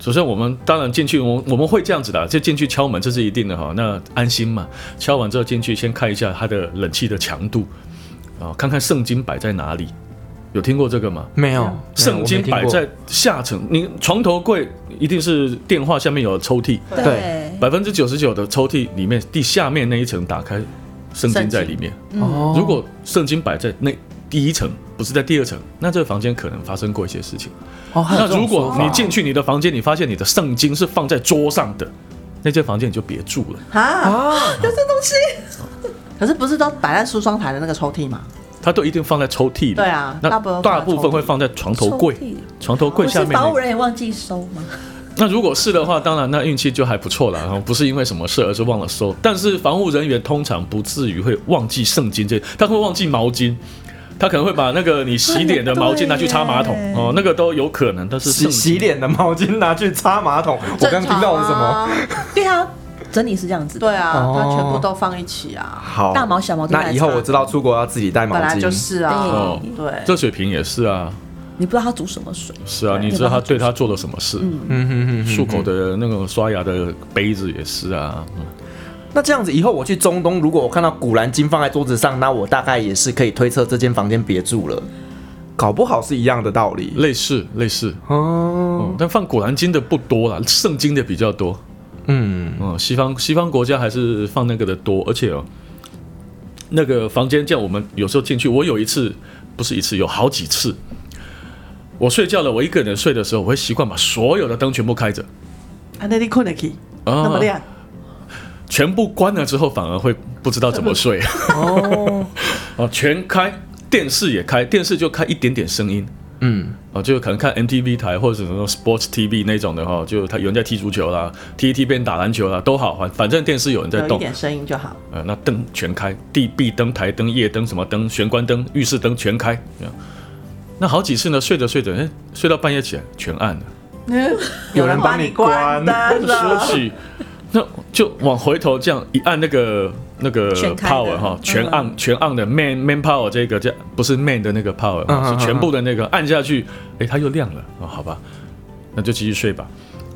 Speaker 7: 首先，我们当然进去，我我们会这样子的，就进去敲门，这是一定的哈。那安心嘛，敲完之后进去，先看一下它的冷气的强度，啊，看看圣经摆在哪里，有听过这个吗？
Speaker 1: 没有
Speaker 7: 圣经摆在下层，你床头柜一定是电话下面有抽屉，
Speaker 1: 对
Speaker 6: 对，
Speaker 7: 百分之九十九的抽屉里面地下面那一层打开，圣经在里面。
Speaker 1: 没有我没听过哦，
Speaker 7: 如果圣经摆在那第一层，不是在第二层，那这个房间可能发生过一些事情。
Speaker 1: 哦，还有
Speaker 7: 那
Speaker 1: 这种
Speaker 7: 如果
Speaker 1: 说法
Speaker 7: 你进去你的房间，你发现你的圣经是放在桌上的，那间房间你就别住
Speaker 5: 啊！
Speaker 7: 了。
Speaker 1: 啊，
Speaker 5: 可是不是都摆在梳妆台的那个抽屉吗？
Speaker 7: 它都一定放在抽屉里。
Speaker 5: 对啊
Speaker 7: 那
Speaker 5: 大部分放
Speaker 7: 大
Speaker 5: 在
Speaker 7: 部分
Speaker 5: 抽屉
Speaker 7: 会放在床头柜
Speaker 6: 抽屉，
Speaker 7: 床头柜
Speaker 6: 不
Speaker 7: 下
Speaker 6: 是
Speaker 7: 面
Speaker 6: 保
Speaker 7: 那
Speaker 6: 姆
Speaker 7: 个。
Speaker 6: 人也忘记收吗？
Speaker 7: 那如果是的话，当然那运气就还不错了，然后不是因为什么事，而是忘了收。但是防护人员通常不至于会忘记圣经这，他会忘记毛巾。他可能会把那个你洗脸的毛巾拿去擦马桶
Speaker 6: 对耶
Speaker 7: 哦，那个都有可能。但是
Speaker 1: 洗
Speaker 7: 圣
Speaker 1: 洗
Speaker 7: 经
Speaker 1: 脸的毛巾拿去擦马桶，我刚听到了什么？
Speaker 5: 正常啊？
Speaker 6: 对啊，整理是这样子的，
Speaker 5: 对啊，
Speaker 1: 哦
Speaker 5: 他全部都放一起啊，
Speaker 1: 好，
Speaker 6: 大毛小毛都来
Speaker 1: 那以后
Speaker 6: 擦
Speaker 1: 我知道出国要自己带毛
Speaker 5: 本来
Speaker 1: 巾，
Speaker 5: 就是啊，
Speaker 7: 哦，
Speaker 5: 对，
Speaker 7: 这水平也是啊，
Speaker 6: 你不知道他煮什么水，
Speaker 7: 是啊，你知道他对他做了什么事？
Speaker 1: 嗯哼哼哼
Speaker 7: 漱口的那种刷牙的杯子也是啊，嗯
Speaker 1: 那这样子以后我去中东，如果我看到《古兰经》放在桌子上，那我大概也是可以推测这间房间别住了，搞不好是一样的道理
Speaker 7: 类似类似。
Speaker 1: 哦。
Speaker 7: 嗯，但放《古兰经》的不多啦，圣经的比较多。
Speaker 1: 嗯，
Speaker 7: 嗯，西方西方国家还是放那个的多，而且哦，那个房间这样，我们有时候进去，我有一次不是一次，有好几次，我睡觉了，我一个人睡的时候，我会习惯把所有的灯全部开着，啊
Speaker 5: 啊，那你困得起，那么亮，
Speaker 7: 全部关了之后，反而会不知道怎么睡。
Speaker 1: 哦，
Speaker 7: 哦，全开，电视也开，电视就开一点点声音。
Speaker 1: 嗯，
Speaker 7: 哦，就可能看 MTV 台或者什么 Sports TV 那种的哈、就他有人在踢足球啦，踢一踢边打篮球啦，都好，反反正电视有人在
Speaker 5: 有一
Speaker 7: 动，
Speaker 5: 点声音就好。
Speaker 7: 呃，那灯全开，地壁灯、台灯、夜灯、什么灯、玄关灯、浴室灯全开。这样那好几次呢，睡着睡着，哎，睡到半夜起来全暗了，
Speaker 1: 有人帮你关
Speaker 5: 灯
Speaker 7: 说
Speaker 5: 了，
Speaker 7: 起，那就往回头这样一按那个那个
Speaker 6: 全开的嗯
Speaker 7: power 哈，全按、全按的 man man power 这个这不是 man 的那个 power，、
Speaker 1: 嗯嗯
Speaker 7: 是全部的那个按下去，哎，它又亮了哦，好吧，那就继续睡吧。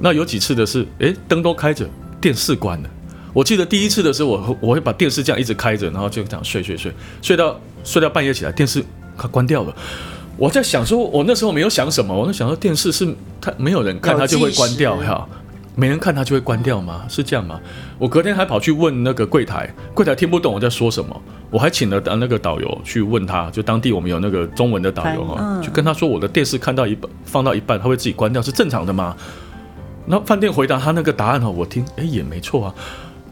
Speaker 7: 那有几次的是，哎，灯都开着，电视关了。我记得第一次的时候，我会我会把电视这样一直开着，然后就这样睡睡睡，睡到睡到半夜起来，电视它关掉了。我在想说，我那时候没有想什么，我在想说电视是它没有人看，
Speaker 5: 有
Speaker 7: 它就会关掉
Speaker 5: 计时
Speaker 7: 哈，啊没人看它就会关掉吗？是这样吗？我隔天还跑去问那个柜台，柜台听不懂我在说什么，我还请了那个导游去问他，就当地我们有那个中文的导游哈，就跟他说我的电视看到一半放到一半，它会自己关掉是正常的吗？那饭店回答他那个答案哈，我听哎也没错啊。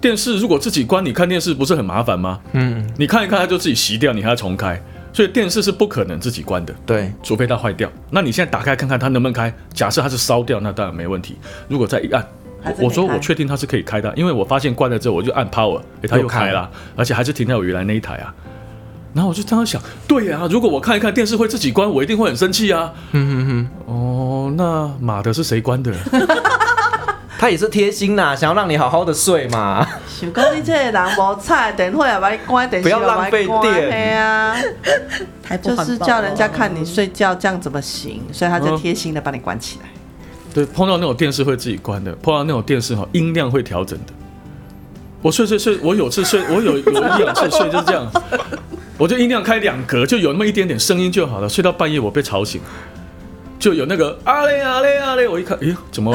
Speaker 7: 电视如果自己关，你看电视不是很麻烦吗？
Speaker 1: 嗯，
Speaker 7: 你看一看，它就自己熄掉，你还要重开，所以电视是不可能自己关的。
Speaker 1: 对，
Speaker 7: 除非它坏掉。那你现在打开看看它能不能开？假设它是烧掉，那当然没问题。如果再一按，
Speaker 5: 还是
Speaker 7: 我我说
Speaker 5: 没开
Speaker 7: 我确定它是可以开的，因为我发现关了之后我就按 power，、诶它又开
Speaker 1: 又开
Speaker 7: 了，而且还是停在我原来那一台啊。然后我就当时想，对呀、如果我看一看电视会自己关，我一定会很生气啊。
Speaker 1: 嗯哼
Speaker 7: 哦，那马的是谁关的？
Speaker 1: 哼，他也是贴心啦，想要让你好好的睡嘛。
Speaker 5: 想讲你这个人无菜，电话也把你关，电
Speaker 1: 不
Speaker 5: 视
Speaker 1: 要
Speaker 5: 也把你
Speaker 1: 浪费
Speaker 5: 关
Speaker 1: 电
Speaker 5: 嘿 啊，
Speaker 6: 太不
Speaker 5: 就
Speaker 6: 环保
Speaker 5: 是
Speaker 6: 了
Speaker 5: 叫人家看你睡觉，这样怎么行？所以他就贴心的把你关起来。
Speaker 7: 对，碰到那种电视会自己关的，碰到那种电视哈音量会调整的。我睡睡睡，我有次睡，我有有一两次睡就是这样，我就音量开两格，就有那么一点点声音就好了。睡到半夜我被吵醒，就有那个啊嘞啊嘞啊嘞，我一看，哎呦，怎么？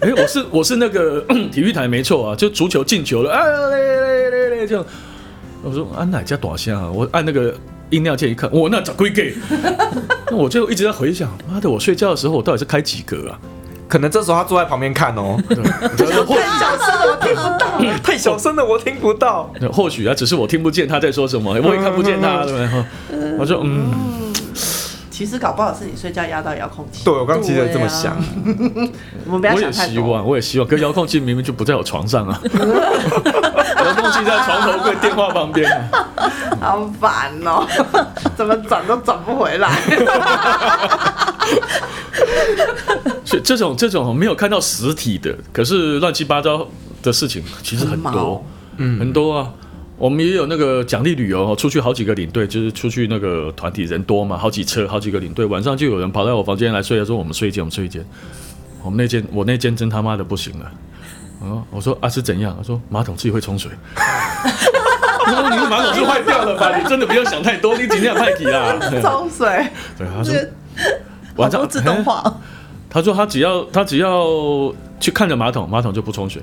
Speaker 7: 哎，我是我是那个 体育台没错啊，就足球进球了啊嘞嘞嘞嘞这样。我说啊哪家短线啊？我按那个音量键一看，我那咋归给？那我就一直在回想，妈的，我睡觉的时候我到底是开几格啊？
Speaker 1: 可能这时候他坐在旁边看 哦，
Speaker 7: 或
Speaker 1: 太小声了，我听不到，太小声了，我听不到。
Speaker 7: 许 或许啊，只是我听不见他在说什么，我也看不见他，对不对？我说嗯，
Speaker 5: 其实搞不好是你睡觉压到遥控器
Speaker 1: 对，，我刚其实也这么想，
Speaker 5: 啊我们不要
Speaker 7: 我
Speaker 5: 想
Speaker 7: 也
Speaker 5: 太
Speaker 7: 希
Speaker 5: 多。
Speaker 7: 望，我也希望，可遥控器明明就不在我床上 啊，遥控器在床头柜电话旁边啊。
Speaker 5: 好烦 哦，怎么转都转不回来。
Speaker 7: 所以这种这种没有看到实体的，可是乱七八糟的事情其实很
Speaker 5: 很
Speaker 7: 多
Speaker 5: 毛，
Speaker 7: 嗯，很多啊。我们也有那个奖励旅游哦，出去好几个领队，就是出去那个团体人多嘛，好几车，好几个领队，晚上就有人跑到我房间来睡，啊说我们睡一间，我们睡一间。我们那间我那间真他妈的不行了。嗯，我说啊是怎样？他说马桶自己会冲 水。我说你的马桶是坏掉了吧？你真的不要想太多，你尽量派体 啦。
Speaker 5: 冲水，
Speaker 7: 对，他说
Speaker 6: 这个
Speaker 7: 晚
Speaker 6: 好
Speaker 7: 上
Speaker 6: 多自动化哦，
Speaker 7: 他说他只要他只要去看着马桶，马桶就不冲水。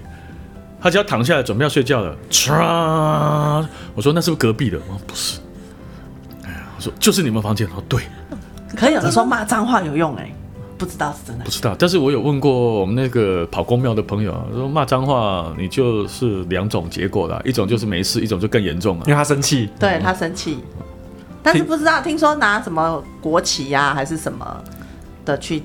Speaker 7: 他只要躺下来准备要睡觉了，唰！我说那是不是隔壁的？我说不是。哎呀，我说就是你们房间。我说对，
Speaker 5: 可有的时候骂脏话有用哎、不知道是真的
Speaker 7: 不。知道。但是我有问过我们那个跑公庙的朋友啊，说骂脏话你就是两种结果啦，一种就是没事，一种就更严重了
Speaker 1: 因。为他生气。
Speaker 5: 对他生气，但是不知道听说拿什么国旗呀、还是什么的去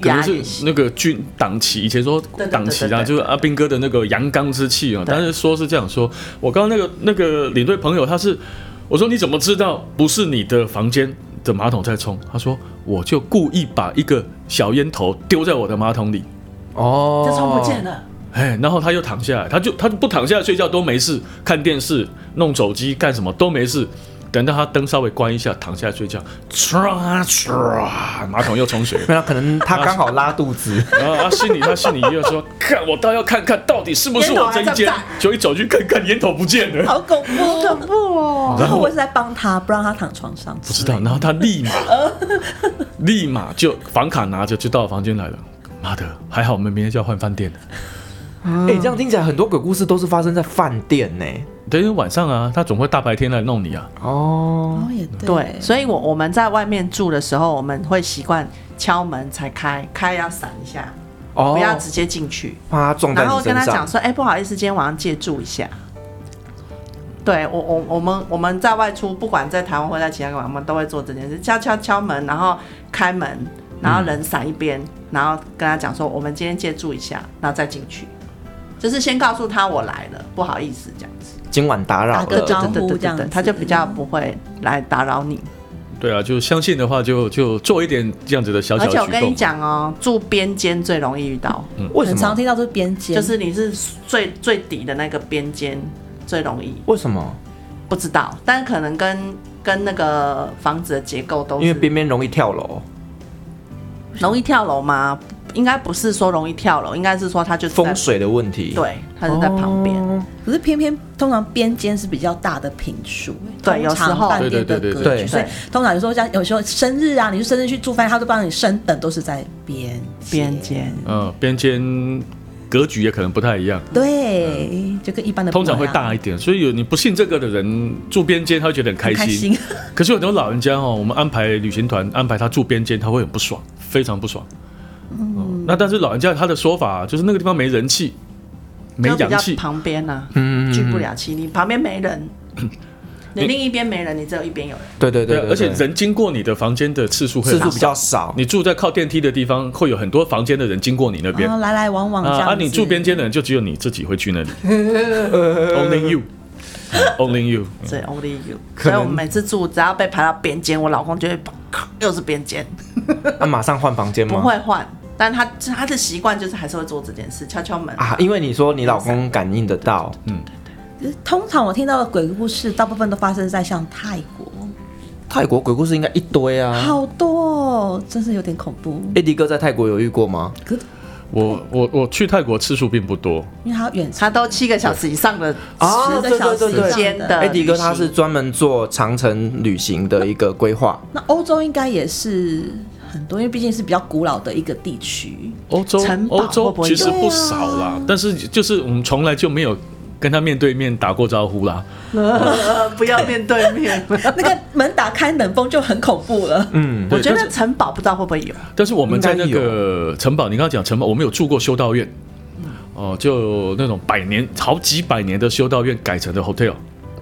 Speaker 7: 可能
Speaker 5: 压也
Speaker 7: 是
Speaker 5: 行。
Speaker 7: 那个军党旗，以前说
Speaker 5: 对对
Speaker 7: 党旗
Speaker 5: 对
Speaker 7: 啊，
Speaker 5: 对
Speaker 7: 就是阿兵哥的那个阳刚之气啊。
Speaker 5: 对
Speaker 7: 但是说是这样说，我刚刚那个那个领队朋友他是，我说你怎么知道不是你的房间的马桶在冲？他说我就故意把一个小烟头丢在我的马桶里，
Speaker 1: 哦，
Speaker 5: 就冲不见了，
Speaker 7: 哎，然后他又躺下来，他就他就不躺下来睡觉都没事，看电视、弄手机干什么都没事。等到他灯稍微关一下，躺下来睡觉，唰唰，马桶又冲水了。
Speaker 1: 没有，可能他刚好拉肚 子。
Speaker 7: 然后他心里他心里又说：“看我倒要看看到底是不是我这一
Speaker 5: 烟
Speaker 7: 间。”就一走去看看，烟头不见了。
Speaker 6: 好恐怖，恐怖哦！然
Speaker 7: 然后
Speaker 6: 后我是在帮他，不让他躺床上
Speaker 7: 不
Speaker 6: 之类的，
Speaker 7: 知道，然后他立马 立马就房卡拿着就到我房间来了。妈的，还好我们明天就要换饭店了。
Speaker 1: 哎、这样听起来很多鬼故事都是发生在饭店呢、
Speaker 7: 等于晚上啊，他总会大白天来弄你啊。
Speaker 1: 哦，
Speaker 6: 哦，也对，
Speaker 5: 对，所以我我们在外面住的时候，我们会习惯敲门才开，开要闪一下，
Speaker 1: 哦
Speaker 5: 不要直接进去。
Speaker 1: 怕他撞在
Speaker 5: 然
Speaker 1: 你
Speaker 5: 后跟
Speaker 1: 身
Speaker 5: 他
Speaker 1: 上
Speaker 5: 讲。说，哎、不好意思，今天晚上借住一下。对我我我们我们在外出，不管在台湾或在其他地方，我们都会做这件事，敲敲敲门，然后开门，然后人闪一边，然后跟他讲说，我们今天借住一下，然后再进去，就是先告诉他我来了，不好意思这样子。
Speaker 1: 今晚打扰
Speaker 6: 打个
Speaker 1: 了，
Speaker 6: 哦招呼
Speaker 5: 对对
Speaker 6: 这
Speaker 5: 对
Speaker 6: 样
Speaker 5: 对
Speaker 6: 子，
Speaker 5: 他就比较不会来打扰你。
Speaker 7: 对啊，就相信的话就，就做一点这样子的小小
Speaker 5: 而
Speaker 7: 的举
Speaker 5: 且
Speaker 7: 动。
Speaker 5: 我跟你讲哦，住边间最容易遇到，
Speaker 1: 为什
Speaker 6: 很常
Speaker 1: 么？
Speaker 6: 听到是边界，
Speaker 5: 就是你是最最底的那个边间最容易。
Speaker 1: 为什么？
Speaker 5: 不知道，但可能跟跟那个房子的结构都是
Speaker 1: 因为边边容易跳楼，
Speaker 5: 容易跳楼吗？应该不是说容易跳楼，应该是说它就是在
Speaker 1: 风，水的问题。
Speaker 5: 对，它是在旁边。
Speaker 1: 哦
Speaker 6: 可是偏偏通常边间是比较大的平数，
Speaker 5: 对
Speaker 6: 通
Speaker 5: 有时
Speaker 6: 常
Speaker 5: 候
Speaker 6: 饭店的
Speaker 7: 对对对对
Speaker 6: 格
Speaker 1: 对
Speaker 6: 局，所以通常有时候像有时候生日啊，你去生日去住饭店，他都帮你升等，都是在边界
Speaker 5: 边，间，
Speaker 7: 嗯，边间格局也可能不太一样，
Speaker 6: 对，就跟一般的
Speaker 7: 通常会
Speaker 6: 不一样
Speaker 7: 大一点。所以有你不信这个的人住边间，他会觉得很开
Speaker 6: 很
Speaker 7: 心。
Speaker 6: 开心，
Speaker 7: 可是有很多老人家哦，我们安排旅行团安排他住边间，他会很不爽，非常不爽。嗯，那但是老人家他的说法就是那个地方没人气，没
Speaker 5: 就比
Speaker 7: 阳
Speaker 5: 较
Speaker 7: 气。
Speaker 5: 旁边呐、
Speaker 1: 嗯嗯嗯
Speaker 5: 聚不了气。你旁边 没人，你
Speaker 7: 你
Speaker 5: 另一边没人，你只有一边有人。
Speaker 1: 嗯对对对
Speaker 7: 对，
Speaker 1: 对，
Speaker 7: 而且
Speaker 1: 对
Speaker 7: 人经过你的房间的次数会
Speaker 1: 次
Speaker 7: 很
Speaker 1: 数
Speaker 7: 少
Speaker 1: 比。较少。
Speaker 7: 你住在靠电梯的地方，会有很多房间的人经过你那边
Speaker 6: 然后嗯来来往哦往这样
Speaker 7: 啊，
Speaker 6: 子。
Speaker 7: 啊你住边间的人就只有你自己会去那里，Only you。Only you，
Speaker 5: 所以 only you，所以我们每次住只要被排到边间，我老公就会咔又是边间，
Speaker 1: 那马上换房间吗？
Speaker 5: 不会换，但他他的习惯就是还是会做这件事，敲敲门。
Speaker 1: 啊，因为你说你老公感应得到，
Speaker 6: 通常我听到的鬼故事，大部分都发生在像泰国，
Speaker 1: 泰国鬼故事应该一堆啊。
Speaker 6: 好多哦，真是有点恐怖。
Speaker 1: 艾迪哥在泰国有遇过吗？
Speaker 6: 可是
Speaker 7: 我我我去泰国次数并不多，
Speaker 6: 因为它远
Speaker 5: 他都七个小时以上的
Speaker 1: 啊
Speaker 6: 十个小时
Speaker 1: 对对对
Speaker 6: 以
Speaker 1: 对
Speaker 6: 上
Speaker 5: 间的
Speaker 1: 艾迪哥他
Speaker 5: 旅行
Speaker 1: 是专门做长城旅行的一个规划，
Speaker 6: 那欧洲应该也是很多，因为毕竟是比较古老的一个地区。
Speaker 7: 欧洲
Speaker 5: 城堡
Speaker 7: 欧洲
Speaker 5: 会不会啊
Speaker 7: 其实
Speaker 5: 有
Speaker 7: 不少啦，但是就是我们从来就没有跟他面对面打过招呼啦。
Speaker 5: 呃， 不要面对面。
Speaker 6: 那个门打开，冷风就很恐怖了。
Speaker 1: 嗯，
Speaker 5: 我
Speaker 7: 对
Speaker 5: 觉
Speaker 7: 但
Speaker 5: 得
Speaker 7: 是
Speaker 5: 城堡不知道会不会有，
Speaker 7: 但是我们在那
Speaker 1: 应该
Speaker 7: 个城堡，你刚刚讲城堡，我们有住过修道院，哦、就那种百年好几百年的修道院改成的 hotel，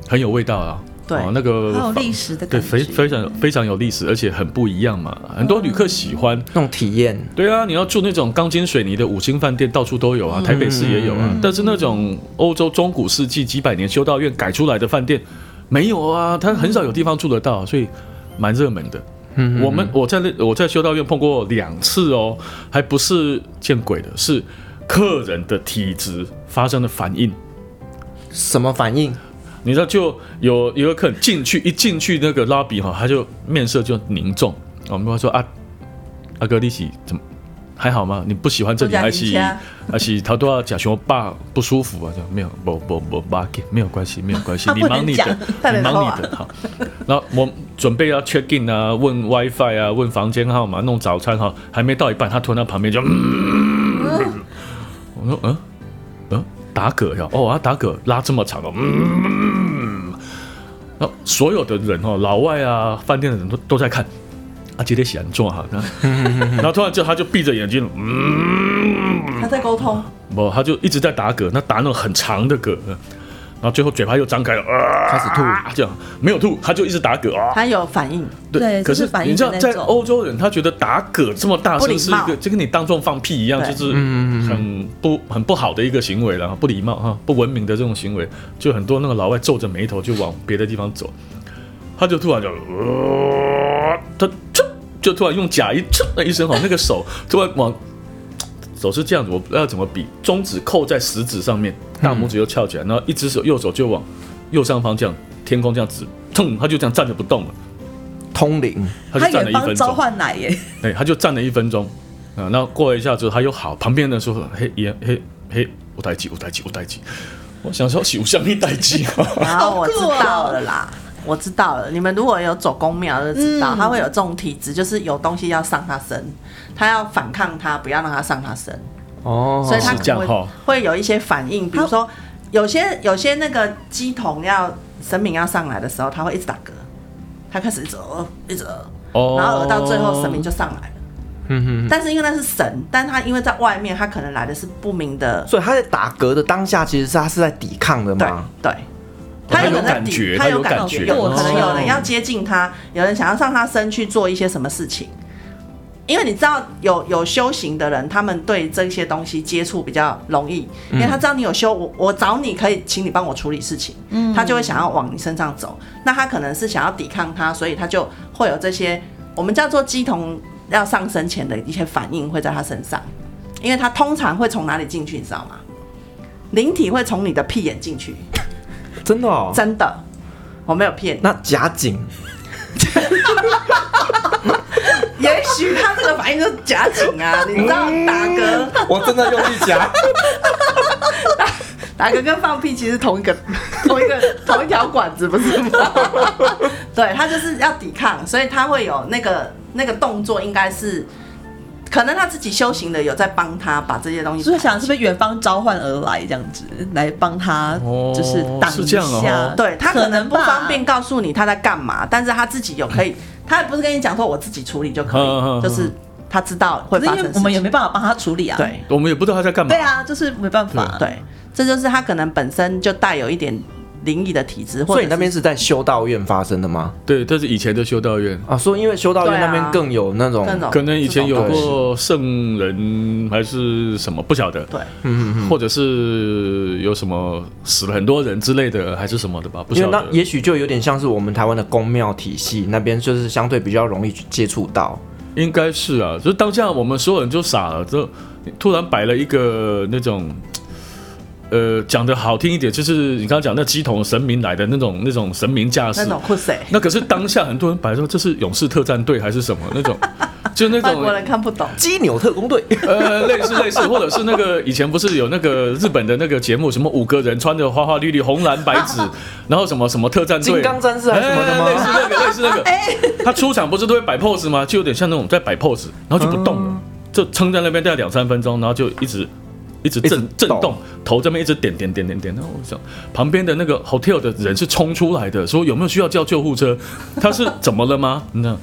Speaker 7: 很有味道啊。
Speaker 5: 对
Speaker 7: 哦那个
Speaker 6: 好有
Speaker 7: 房
Speaker 6: 历史的
Speaker 7: 对，
Speaker 6: 感觉
Speaker 7: 非非常非常有历史，而且很不一样嘛，很多旅客喜欢。
Speaker 1: 那种体验，
Speaker 7: 对啊，你要住那种钢筋水泥的五星饭店，到处都有
Speaker 1: 嗯
Speaker 7: 啊，台北市也有啊。但是那种欧洲中古世纪几百年修道院改出来的饭店，没有啊，它很少有地方住得到，所以蛮热门的。
Speaker 1: 嗯
Speaker 7: 我们我在那我在修道院碰过两次哦，还不是见鬼的，是客人的体质发生的反应。
Speaker 1: 什么反应？
Speaker 7: 你知道，就有有一个客人进去，一进去那个拉比哈，他就面色就凝重。我们跟他说啊，阿哥利息怎么还好吗？你不喜欢这里，
Speaker 5: 不然
Speaker 7: 还
Speaker 5: 你
Speaker 7: 是
Speaker 5: 家
Speaker 7: 还是他都要假熊爸不舒服啊？这样没有，不不不，爸没有关系，没有关系，
Speaker 6: 他
Speaker 7: 你
Speaker 6: 不能
Speaker 7: 忙你的
Speaker 6: 讲，
Speaker 5: 他
Speaker 7: 你
Speaker 5: 能说
Speaker 7: 忙
Speaker 5: 啊
Speaker 7: 你的好。然后我准备要 check in 啊，问 WiFi 啊，问房间号码，弄早餐哈，还没到一半，他突然到旁边就，嗯、我说嗯嗯打嗝呀，哦啊打嗝拉这么长哦，嗯。然后所有的人哦，老外啊，饭店的人都都在看，啊， 今天喜欢做哈，然后然后突然就他就闭着眼睛，嗯，
Speaker 5: 他在沟通，
Speaker 7: 不，他就一直在打嗝，那打那种很长的嗝，嗯然后最后嘴巴又张开了，啊，
Speaker 1: 开始吐
Speaker 7: 这样没有吐，他就一直打嗝啊，
Speaker 5: 他有反应，
Speaker 6: 对
Speaker 7: 可
Speaker 6: 就是是反
Speaker 7: 你
Speaker 6: 应
Speaker 7: 知
Speaker 6: 的
Speaker 7: 道，在
Speaker 6: 那种
Speaker 7: 欧洲人他觉得打嗝这么大
Speaker 5: 不礼
Speaker 7: 声是一
Speaker 5: 貌
Speaker 7: 个，就跟你当众放屁一样，
Speaker 5: 对
Speaker 7: 就是
Speaker 1: 嗯
Speaker 7: 很不很不好的一个行为了，不礼貌哈，不文明的这种行为，就很多那个老外皱着眉头就往别的地方走，他就突然就，呃他就就突然用假一噌的一声哈，哦那个手突然往。手是这样子，我不知道怎么比，中指扣在食指上面，大拇指又翘起来，然后一只手右手就往右上方这样天空这样指，痛，他就这样站着不动了，
Speaker 1: 通灵，
Speaker 7: 他
Speaker 6: 它
Speaker 7: 就站了
Speaker 6: 远
Speaker 7: 一
Speaker 6: 方
Speaker 7: 分
Speaker 6: 召
Speaker 7: 钟。
Speaker 6: 唤来耶，
Speaker 7: 对，哎他就站了一分钟，啊、那过了一下之后，他又好，旁边的人说，嘿，爷，嘿，嘿，我待机，我待机，我待机。我想说，是有像你待机啊？
Speaker 5: 然后我知
Speaker 6: 酷哦
Speaker 5: 道了 啦。我知道了，你们如果有走公庙就知道，
Speaker 6: 嗯
Speaker 5: 他会有 这种体质，就是有东西要上他身，他要反抗他，不要让他上他身。
Speaker 1: 哦，
Speaker 5: 所以它
Speaker 7: 是这
Speaker 5: 可
Speaker 7: 样
Speaker 5: 能
Speaker 7: 哈
Speaker 5: 会会有一些反应，比如说有些有些那个鸡桶要神明要上来的时候，它会一直打嗝，它开始一直呃一直呃，
Speaker 7: 哦
Speaker 5: 然后呃到最后神明就上来了。
Speaker 1: 嗯哼哼
Speaker 5: 但是因为那是神，但他因为在外面，他可能来的是不明的，
Speaker 1: 所以他在打嗝的当下，其实是他是在抵抗的
Speaker 5: 对
Speaker 1: 嘛。
Speaker 5: 对。
Speaker 7: 他
Speaker 5: 有
Speaker 7: 有
Speaker 5: 可能
Speaker 7: 感
Speaker 5: 抵
Speaker 7: 觉，
Speaker 5: 他
Speaker 7: 有
Speaker 5: 感
Speaker 7: 感觉，
Speaker 5: 有可能有人
Speaker 7: 哦
Speaker 5: 要接近他，有人想要上他身去做一些什么事情。因为你知道有有修行的人，他们对这些东西接触比较容易，因为他
Speaker 7: 嗯
Speaker 5: 知道你有修，我我找你可以，请你帮我处理事情，
Speaker 7: 嗯
Speaker 5: 他就会想要往你身上走。那他可能是想要抵抗他，所以他就会有这些我们叫做鸡同要上身前的一些反应会在他身上，因为他通常会从哪里进去，你知道吗？灵体会从你的屁眼进去，
Speaker 1: 真的哦。
Speaker 5: 真的，我没有骗你。
Speaker 1: 那假 警
Speaker 5: 也许他这个反应就是假警 啊，你知道打嗝，
Speaker 1: 我真的用力 夹，
Speaker 5: 打嗝跟放屁其实同 一个同一个同一条管子，不是吗？ 对他就是要抵抗，所以他会有那个那个动作，应该是可能他自己修行的有在帮他把这些东西
Speaker 6: 所以想是不是远方召唤而来这样子，来帮他
Speaker 7: 哦
Speaker 6: 就是挡
Speaker 7: 是
Speaker 6: 一
Speaker 7: 这样哦
Speaker 6: 下。
Speaker 5: 对他可能不
Speaker 6: 吧
Speaker 5: 方便告诉你他在干嘛，但是他自己有可以，他也不是跟你讲说我自己处理就可
Speaker 7: 嗯嗯嗯嗯
Speaker 5: 以，就是他知道会
Speaker 6: 可是
Speaker 5: 发
Speaker 6: 因
Speaker 5: 生
Speaker 6: 为
Speaker 5: 事
Speaker 6: 我们也
Speaker 5: 情。
Speaker 6: 没办法帮他处理啊。
Speaker 5: 对，
Speaker 7: 我们也不知道他在干嘛。
Speaker 6: 对啊，就是没办法。
Speaker 5: 对，这就是他可能本身就带有一点灵异的体质，或
Speaker 1: 所
Speaker 5: 者
Speaker 1: 以你那边
Speaker 5: 是
Speaker 1: 是在修道院发生的吗？
Speaker 7: 对，这是以前的修道院，
Speaker 1: 啊，所以因为修道院那
Speaker 5: 对
Speaker 1: 边
Speaker 5: 啊
Speaker 1: 更有那种，
Speaker 5: 各种
Speaker 7: 可能以前有
Speaker 5: 这种东西
Speaker 7: 过圣人还是什么，不晓得。
Speaker 5: 对，
Speaker 1: 嗯嗯嗯，
Speaker 7: 或者是有什么死了很多人之类的，还是什么的吧？不
Speaker 1: 因
Speaker 7: 晓
Speaker 1: 为那
Speaker 7: 得。
Speaker 1: 也许就有点像是我们台湾的宫庙体系那边，就是相对比较容易接触到。
Speaker 7: 应该是啊，就是当下我们所有人就傻了，就突然摆了一个那种，呃，讲的好听一点，就是你刚刚讲那鸡桶神明来的那种那种神明架势
Speaker 5: 那。种酷谁，
Speaker 7: 那可是当下很多人摆说这是勇士特战队还是什么那种，就那
Speaker 5: 外
Speaker 7: 种
Speaker 5: 国人看不懂。
Speaker 1: 基纽特工队，
Speaker 7: 呃，类似类似，或者是那个以前不是有那个日本的那个节目，什么五个人穿着花花绿绿、红蓝白 紫，然后什么什么特战队、
Speaker 1: 金刚战士还是什么的吗哎
Speaker 7: 哎类似那个，类似那 个。他出场不是都会摆 pose 吗？就有点像那种在摆 pose，然后就不动
Speaker 1: 嗯
Speaker 7: 了，就撑在那边大概两三分钟，然后就一直。一直震
Speaker 1: 一直
Speaker 7: 震
Speaker 1: 抖
Speaker 7: 动，头这边一直点点点点点，然后我想旁边的那个 hotel 的人是冲出来的，说有没有需要叫救护车？他是怎么了吗？那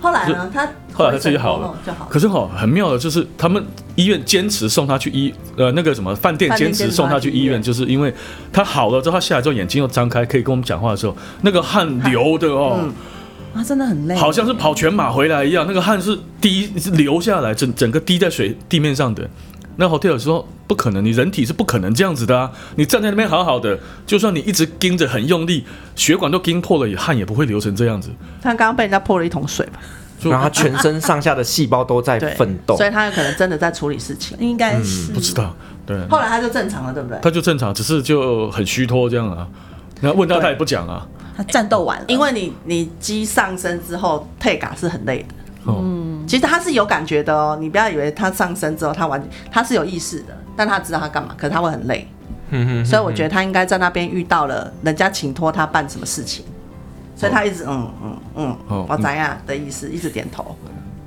Speaker 5: 后来呢，他
Speaker 7: 后来他自己好了
Speaker 5: 哦就好了。
Speaker 7: 可是哈、很妙的就是，他们医院坚持送他去医，呃，那个什么饭店
Speaker 5: 饭店
Speaker 7: 坚持
Speaker 5: 坚持
Speaker 7: 送他
Speaker 5: 送他
Speaker 7: 去
Speaker 5: 去医
Speaker 7: 医院，
Speaker 5: 院
Speaker 7: 就是因为他好了之后，他下来之后眼睛又张开，可以跟我们讲话的时候，那个汗流的
Speaker 5: 嗯
Speaker 7: 哦，
Speaker 6: 啊，真的很累。
Speaker 7: 好像是跑全马回来一样，那个汗是滴是流下来，整整个滴在水地面上的。那 hotel 说不可能，你人体是不可能这样子的啊！你站在那边好好的，就算你一直盯着很用力，血管都盯破了，也汗也不会流成这样子。
Speaker 5: 他刚刚被人家泼了一桶水吧？
Speaker 7: 就哎
Speaker 1: 然后他全身上下的细胞都在
Speaker 5: 对，
Speaker 1: 奋斗
Speaker 5: 所。以他有可能真的在处理事情。
Speaker 6: 应该是、
Speaker 7: 嗯不知道，对。
Speaker 5: 后来他就正常了，对不对？
Speaker 7: 他就正常，只是就很虚脱这样啊。然后问他，
Speaker 5: 对
Speaker 7: 他也不讲啊。
Speaker 6: 他战斗完了，
Speaker 5: 因为你你鸡上身之后退嘎是很累的，
Speaker 7: 嗯，
Speaker 5: 其实他是有感觉的哦。你不要以为他上身之后他完他是有意识的，但他知道他干嘛，可是他会很累。
Speaker 1: 嗯
Speaker 5: 所以我觉得他应该在那边遇到了人家请托他办什么事情，所以他一直嗯嗯
Speaker 7: 哦
Speaker 5: 嗯，我怎样的意思，一直点头。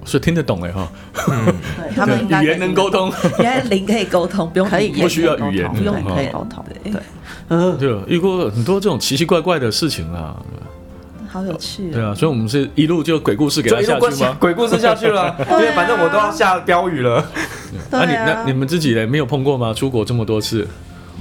Speaker 7: 所以听得懂哎哈。
Speaker 5: 对他们应该
Speaker 7: 语言能沟通，
Speaker 6: 原来零可以沟通，不用
Speaker 5: 可以，
Speaker 6: 理
Speaker 5: 可以
Speaker 7: 不需要语言
Speaker 5: 沟通
Speaker 7: 不用
Speaker 5: 对
Speaker 7: 语
Speaker 5: 可以
Speaker 7: 言
Speaker 5: 沟通，
Speaker 6: 对
Speaker 5: 对，
Speaker 7: 对，啊遇过很多这种奇奇怪怪的事情啊。
Speaker 6: 好有
Speaker 5: 哦
Speaker 6: 趣、
Speaker 7: 对啊，所以我们是一路就鬼故嗯事给
Speaker 1: 就
Speaker 7: 他
Speaker 1: 一
Speaker 7: 下
Speaker 1: 路
Speaker 7: 去吗？
Speaker 1: 鬼故事下去 了，
Speaker 5: 啊
Speaker 1: 因为反正我都要下标语了。
Speaker 5: 对
Speaker 7: 那你
Speaker 5: 啊
Speaker 7: 那你们自己嘞没有碰过吗？出国这么多次，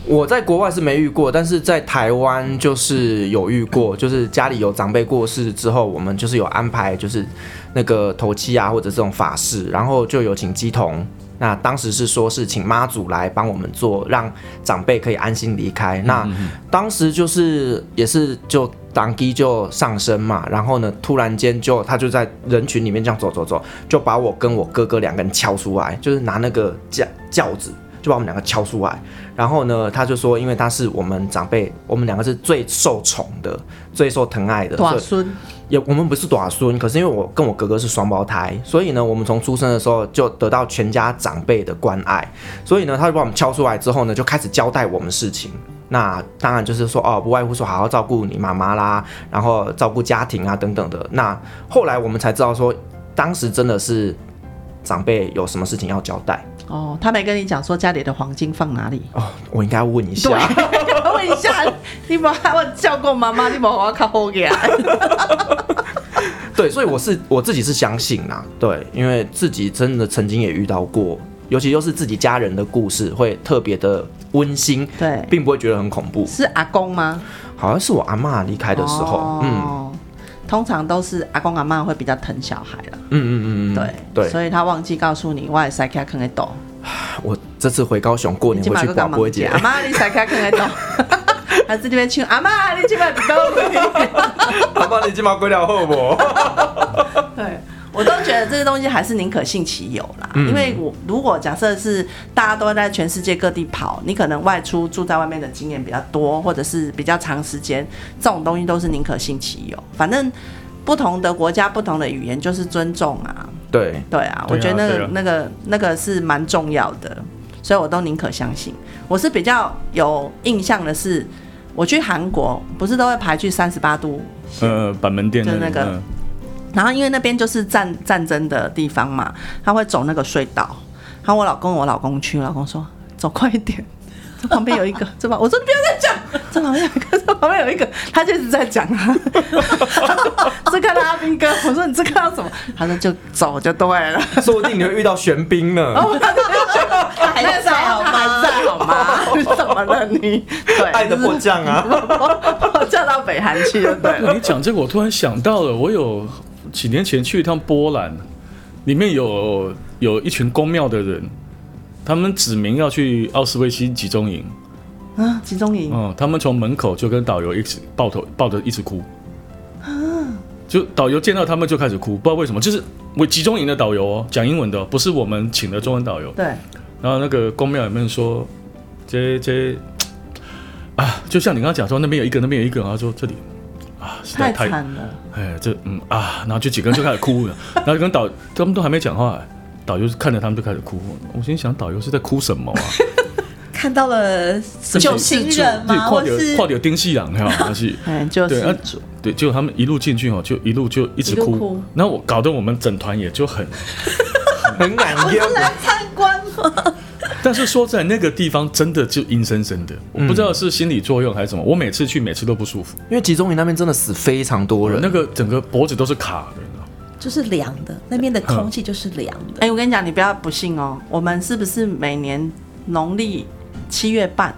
Speaker 1: 我在国外是没遇过，但是在台湾就是有遇过，就是家里有长辈过世之后，我们就是有安排就是那个头七啊，或者这种法事，然后就有请鸡童。那当时是说是请妈祖来帮我们做，让长辈可以安心离开。那当时就是也是就当机就上身嘛，然后呢，突然间就他就在人群里面这样走走走，就把我跟我哥哥两个人敲出来，就是拿那个轿轿子就把我们两个敲出来。然后呢，他就说，因为他是我们长辈，我们两个是最受宠的、最受疼爱的，所
Speaker 5: 短
Speaker 1: 以
Speaker 5: 孙
Speaker 1: 也我们不是短孙，可是因为我跟我哥哥是双胞胎，所以呢，我们从出生的时候就得到全家长辈的关爱，所以呢，他就把我们敲出来之后呢，就开始交代我们事情。那当然就是说哦，不外乎说好好照顾你妈妈啦，然后照顾家庭啊等等的。那后来我们才知道说，当时真的是长辈有什么事情要交代。
Speaker 5: 哦，他没跟你讲说家里的黄金放哪里？
Speaker 1: 哦，我应该问一下。
Speaker 5: 我问一下，你把我叫过妈妈，你把我靠后给啊？
Speaker 1: 对，所以我是我自己是相信啦，对，因为自己真的曾经也遇到过，尤其又是自己家人的故事，会特别的温馨，
Speaker 5: 对
Speaker 1: 并不会觉得很恐怖。
Speaker 5: 是阿公吗？
Speaker 1: 好像是我阿嬷离开的时候，嗯
Speaker 5: 哦、通常都是阿公阿妈会比较疼小孩了，
Speaker 1: 嗯嗯嗯嗯，
Speaker 5: 对
Speaker 1: 对，
Speaker 5: 所以他忘记告诉你，我也塞卡坑得懂，
Speaker 1: 我这次回高雄过年回去广播节，
Speaker 5: 阿妈你塞卡坑得懂，还是这边唱阿妈你今晚不懂，
Speaker 1: 阿嬷你今晚过了后不？
Speaker 5: 对。我都觉得这个东西还是宁可信其有啦，
Speaker 1: 嗯
Speaker 5: 因为我如果假设是大家都在全世界各地跑，你可能外出住在外面的经验比较多，或者是比较长时间，这种东西都是宁可信其有。反正不同的国家、不同的语言就是尊重啊，
Speaker 1: 对，
Speaker 5: 对啊，
Speaker 7: 对啊
Speaker 5: 我觉得那个、
Speaker 7: 对啊
Speaker 5: 那个那个是蛮重要的，所以我都宁可相信。我是比较有印象的是，我去韩国不是都会排去三十八度，
Speaker 7: 呃，板门店
Speaker 5: 就
Speaker 7: 的
Speaker 5: 是那个然后因为那边就是战战争的地方嘛，他会走那个隧道。然后我老公我老公去，我老公说走快一点。 这旁边有一个， 这吧？我说不要再讲， 这旁边有一个，这旁边有一个，他就一直在讲啊。 这个拉兵哥，我说你这个要什么？他说就走就对了。
Speaker 1: 说不定你会遇到玄彬呢，
Speaker 5: 哦
Speaker 6: 还在好吗？
Speaker 5: 哎在好吗？ 你怎么了你？对，
Speaker 1: 爱的迫降啊，
Speaker 5: 我 叫到北韩去就对 了。
Speaker 7: 哎你讲这个，我突然想到了，我有几年前去一趟波兰，里面有有一群公庙的人，他们指明要去奥斯维辛集中营，
Speaker 5: 啊，集中营，
Speaker 7: 嗯，他们从门口就跟导游一起抱头抱着一直哭，
Speaker 5: 啊
Speaker 7: 就导游见到他们就开始哭，不知道为什么，就是我集中营的导游哦，讲英文的哦，不是我们请的中文导游。
Speaker 1: 哦
Speaker 5: 对，
Speaker 7: 然后那个公庙里面说，这这啊，就像你刚刚讲说那边有一个，那边有一个，然后说这里啊，实在
Speaker 5: 太
Speaker 7: 太
Speaker 5: 惨了。
Speaker 7: 哎，这嗯啊，然后就几个人就开始哭了， 然后就跟导他们都还没讲话，导游看着他们就开始哭。我心想，导游是在哭 什么啊？
Speaker 6: 看到了什么情人
Speaker 7: 对，
Speaker 6: 吗？
Speaker 7: 跨
Speaker 6: 或
Speaker 7: 掉
Speaker 6: 是
Speaker 7: 跨掉丁细郎还有还是。
Speaker 5: 哎，就
Speaker 7: 对啊
Speaker 5: 是，
Speaker 7: 对，结果他们一路进去哦，就一路就一直
Speaker 5: 一
Speaker 7: 哭，
Speaker 5: 路哭
Speaker 7: 然后我搞得我们整团也就很，
Speaker 1: 很感人。
Speaker 6: 参观吗？
Speaker 7: 但是说在那个地方真的就阴森森的，我不知道是心理作用还是什么，我每次去每次都不舒服，
Speaker 1: 因为集中营那边真的死非常多
Speaker 7: 我
Speaker 1: 人，
Speaker 7: 那个整个脖子都是卡的，你知道吗
Speaker 6: 就是凉的，那边的空气就是凉的。
Speaker 5: 哎，我跟你讲，你不要不信哦。我们是不是每年农历七月半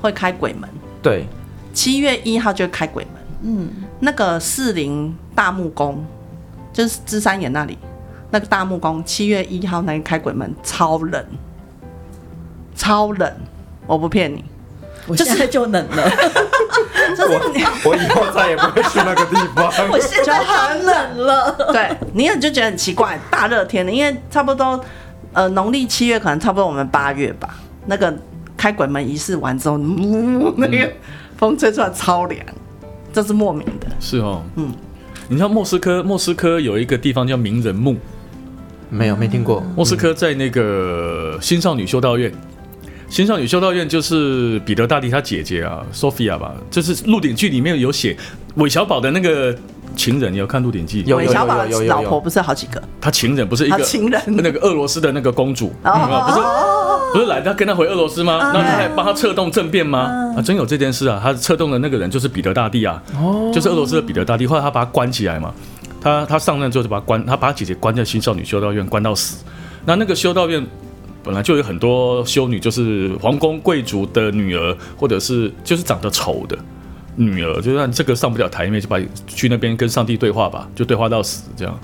Speaker 5: 会开鬼门？
Speaker 1: 对，
Speaker 5: 七月一号就会开鬼门。
Speaker 6: 嗯，
Speaker 5: 那个士林大木宫，就是芝山岩那里，那个大木宫，七月一号那天开鬼门，超冷，超冷，我不骗你。
Speaker 6: 我现在就冷了，
Speaker 1: 我我以后再也不会去那个地方。
Speaker 6: 我现在很冷了。
Speaker 5: 对，你也就觉得很奇怪，大热天的，因为差不多，呃，农历七月可能差不多我们八月吧，那个开鬼门仪式完之后，呜那个风吹出来超凉，这是莫名的。
Speaker 7: 是哦，嗯，你知道莫斯科，莫斯科有一个地方叫名人墓，
Speaker 1: 没有没听过，
Speaker 7: 莫斯科在那个新少女修道院，新少女修道院就是彼得大帝他姐姐啊，Sophia 吧，就是《鹿鼎记》里面有写韦小宝的那个情人，你有看《鹿鼎记》？
Speaker 1: 有
Speaker 5: 韦小宝的
Speaker 1: 有有有
Speaker 5: 老
Speaker 1: 有
Speaker 5: 婆不是好几个，
Speaker 7: 他情人不是一
Speaker 5: 他
Speaker 7: 个
Speaker 5: 啊情人
Speaker 7: 那个俄罗斯的那个公主，有没有不是不是来他跟他回俄罗斯吗？然后他还帮他策动政变吗？啊，真有这件事啊！他策动的那个人就是彼得大帝啊，就是俄罗斯的彼得大帝。后来他把他关起来嘛，他他上任之后就把他关，他把他姐姐关在新少女修道院，关到死。那那个修道院本来就有很多修女，就是皇宫贵族的女儿，或者是就是长得丑的女儿，就让这个上不了台面，就把去那边跟上帝对话吧，就对话到死这样。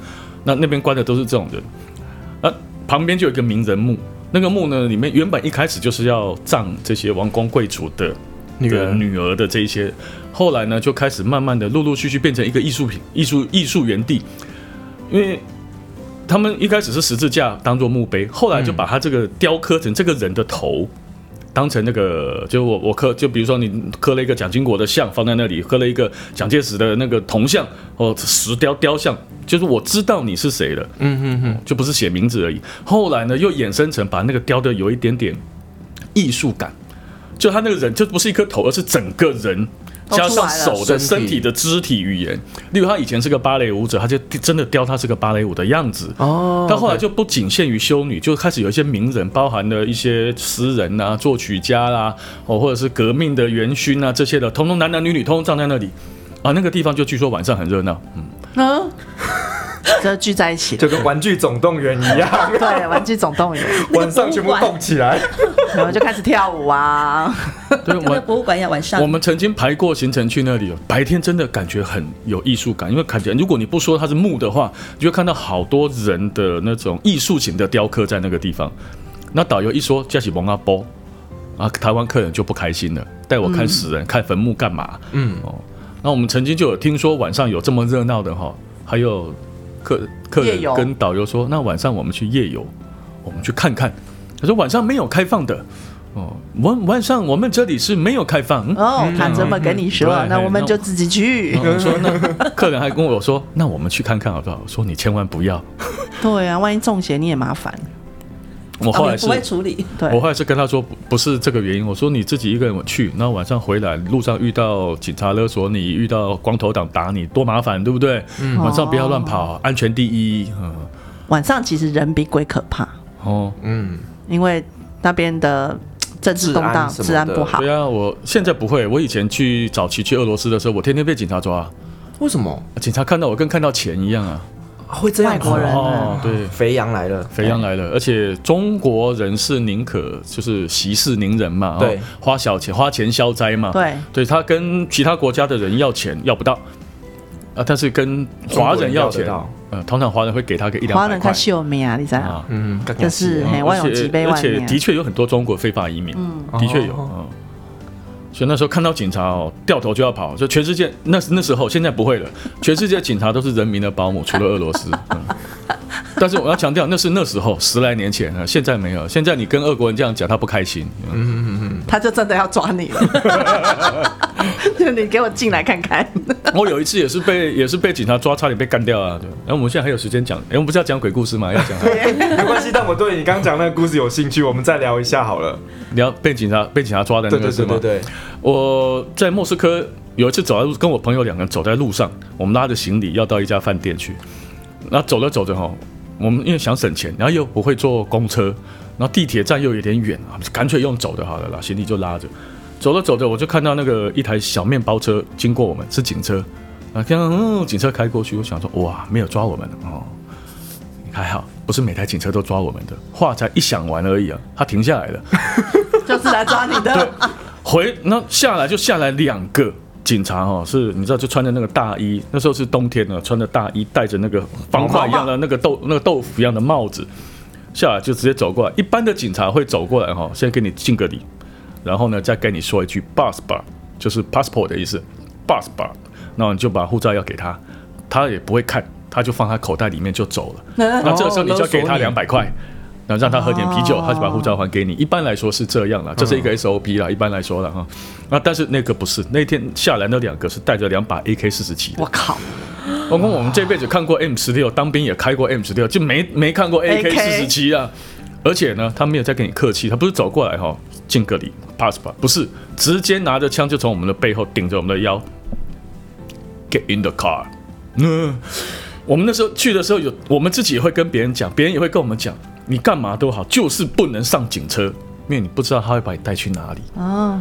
Speaker 7: 那那边关的都是这种人，那旁边就有一个名人墓，那个墓呢里面原本一开始就是要葬这些王公贵族的
Speaker 1: 女
Speaker 7: 的
Speaker 1: 人，
Speaker 7: 女儿的这一些，后来呢就开始慢慢的陆陆续续变成一个艺术品、艺术艺术园地，因为他们一开始是十字架当做墓碑，后来就把它这个雕刻成这个人的头。当成那个，就我我刻，就比如说你刻了一个蒋经国的像放在那里，刻了一个蒋介石的那个铜像哦，石雕雕像，就是我知道你是谁了，
Speaker 1: 嗯嗯嗯，
Speaker 7: 就不是写名字而已。后来呢，又衍生成把那个雕的有一点点艺术感，就他那个人就不是一颗头，而是整个人，
Speaker 5: 都出来
Speaker 7: 加上
Speaker 5: 了
Speaker 7: 手
Speaker 1: 身体
Speaker 7: 的、身体的肢体语言。例如，他以前是个芭蕾舞者，他就真的雕他是个芭蕾舞的样子。
Speaker 1: 哦
Speaker 7: 到后来就不仅限于修女，就开始有一些名人，包含了一些诗人啊、作曲家啦、哦，或者是革命的元勋啊这些的，通通男男女女通通站在那里。啊，那个地方就据说晚上很热 闹，嗯，
Speaker 5: 嗯，这聚在一起了。
Speaker 1: 就跟《玩具总动员》 一样，
Speaker 5: 对，玩具总动员，
Speaker 1: 晚上全部动起来。
Speaker 5: 然后就开始跳舞啊。
Speaker 7: 对，
Speaker 6: 跟那
Speaker 7: 晚
Speaker 6: 博物馆一样，晚上
Speaker 7: 我们曾经排过行程去那里，白天真的感觉很有艺术感，因为感觉如果你不说它是木的话，你就会看到好多人的那种艺术型的雕刻在那个地方。那导游一说加起蒙阿波，啊，台湾客人就不开心了，带我看死人、看坟墓干嘛？
Speaker 1: 嗯，
Speaker 7: 哦，那我们曾经就有听说晚上有这么热闹的哈，还有客客
Speaker 5: 夜
Speaker 7: 人
Speaker 5: 游
Speaker 7: 跟导游说，那晚上我们去夜游，我们去看看。他说晚上没有开放的，哦，晚晚上我们这里是没有开放。嗯
Speaker 5: 哦，他这么跟你说，
Speaker 7: 嗯
Speaker 5: 那我们就自己去
Speaker 7: 然。嗯后我说那客人还跟我说，那我们去看看好不好？我说你千万不要。
Speaker 5: 对啊，万一中邪你也麻烦。
Speaker 7: 我
Speaker 6: 我
Speaker 7: 后
Speaker 6: 们
Speaker 7: 来是
Speaker 6: 哦不，会处理，
Speaker 5: 对
Speaker 7: 我后来是跟他说不不是这个原因，我说你自己一个人去，那晚上回来路上遇到警察勒索你，遇到光头党打你，多麻烦，对不对？晚上不要乱跑，安全第一。嗯，
Speaker 5: 晚上其实人比鬼可怕，
Speaker 7: 哦，
Speaker 1: 嗯，
Speaker 5: 因为那边的嘖政治动荡，
Speaker 1: 治安什么的
Speaker 5: 治安不好
Speaker 7: 对。啊，我现在不会，我以前去早期去俄罗斯的时候，我天天被警察抓，啊
Speaker 1: 为什么
Speaker 7: 警察看到我跟看到钱一样啊。
Speaker 1: 会这样子？
Speaker 5: 外国人
Speaker 7: 哦，对。
Speaker 1: 肥羊来了，
Speaker 7: 肥羊来了，而且中国人是宁可就是息事宁人嘛，
Speaker 1: 对
Speaker 7: 哦，花小钱花钱消灾嘛，，
Speaker 5: 对，
Speaker 7: 对他跟其他国家的人要钱要不到，啊，但是跟华人
Speaker 1: 中
Speaker 7: 要
Speaker 1: 国人要得
Speaker 7: 钱
Speaker 1: 到，
Speaker 7: 呃，通常华人会给他个一两
Speaker 5: 华
Speaker 7: 百
Speaker 5: 人
Speaker 7: 块
Speaker 5: 看秀命啊，你知道吗？
Speaker 7: 啊，
Speaker 1: 嗯，
Speaker 5: 但是
Speaker 7: 嗯
Speaker 5: 嘿，万有几倍
Speaker 7: 而
Speaker 5: 万
Speaker 7: 且
Speaker 5: 年
Speaker 7: 的。确有很多中国非法移民，的确有，嗯。所以那时候看到警察哦，掉头就要跑，就全世界那那时候现在不会了，全世界警察都是人民的保姆，除了俄罗斯。嗯、但是我要强调，那是那时候十来年前啊，现在没有。现在你跟俄国人这样讲，他不开心。嗯
Speaker 5: 他就真的要抓 你了。就你给我进来看看，
Speaker 7: 我有一次也是被 也是被警察抓，差点被干掉啊。对，然后我们现在还有时间讲，哎、我们不是要讲鬼故事吗？要讲啊
Speaker 1: 没关系。但我对你刚讲那个故事有兴趣，我们再聊一下好了。
Speaker 7: 你要被警察被警察抓的那
Speaker 1: 对
Speaker 7: 个
Speaker 1: 对
Speaker 7: 是
Speaker 1: 嗯对
Speaker 7: 吗？
Speaker 1: 对对，
Speaker 7: 我在莫斯科有一次走在路，跟我朋友两个人走在路上，我们拉着行李要到一家饭店去。然后走着走着哈，我们因为想省钱，然后又不会坐公车，然后地铁站又有点远啊，干脆用走的好了啦，行李就拉着。走着走着，我就看到那个一台小面包车经过我们，是警车啊，看到嗯，警车开过去，我想说哇，没有抓我们哦，还好，不是每台警车都抓我们的。话才一讲完而已啊，他停下来了。
Speaker 5: 就是来抓你的。
Speaker 7: 回那下来就下来两个警察哦，是你知道就穿着那个大衣，那时候是冬天呢，穿着大衣，戴着那个方块一样的那个豆那个豆腐一样的帽子，下来就直接走过来。一般的警察会走过来哈、哦，先给你敬个礼，然后呢再跟你说一句 bus bar，就是 passport 的意思，bus bar，然后你就把护照要给他，他也不会看，他就放他口袋里面就走了。
Speaker 5: 嗯
Speaker 7: 那这个时候你就要给他
Speaker 1: 勒索
Speaker 7: 两
Speaker 1: 你
Speaker 7: 百块。然后让他喝点啤酒，他就把护照还给你。一般来说是这样啦，这是一个 SOP 啦，一般来说啦哈。那但是那个不是，那天下来那两个是带着两把 AK 四十七的
Speaker 5: 我。靠，
Speaker 7: 我跟我们这辈子看过 M 十六，当兵也开过 M 十六，就没没看过 AK 四十七啊。而且呢，他没有在跟你客气，他不是走过来哈、敬个礼 pass 吧，不是直接拿着枪就从我们的背后顶着我们的腰，get in the car。嗯，我们那时候去的时候有，我们自己也会跟别人讲，别人也会跟我们讲，你干嘛都好，就是不能上警车，因为你不知道他会把你带去哪里。
Speaker 5: 嗯，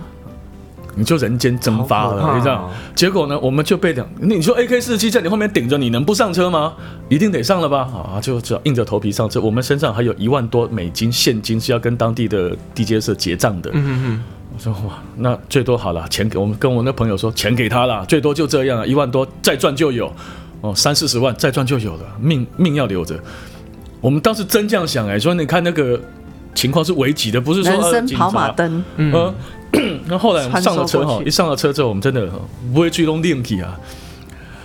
Speaker 7: 你就人间蒸发
Speaker 1: 好可怕哦
Speaker 7: 了，你知道？结果呢，我们就被两，你说 AK 四七在你后面顶着，你能不上车吗？一定得上了吧？啊，就只要硬着头皮上车。我们身上还有一万多美金现金是要跟当地的地接社结账的。
Speaker 1: 嗯嗯
Speaker 7: 我说哇，那最多好了，钱给我们跟我那朋友说，钱给他啦，最多就这样啊，一万多再赚就有，哦，三四十万再赚就有了，命命要留着。我们当时真这样想哎、说你看那个情况是危急的，不是说
Speaker 5: 人
Speaker 7: 呃
Speaker 5: 生
Speaker 7: 警察
Speaker 5: 跑马灯，
Speaker 1: 嗯
Speaker 7: 呃， 那后来我们上了车
Speaker 5: 穿梭
Speaker 7: 哈
Speaker 5: 过，去
Speaker 7: 一上了车之后，我们真的不会去弄 link 啊。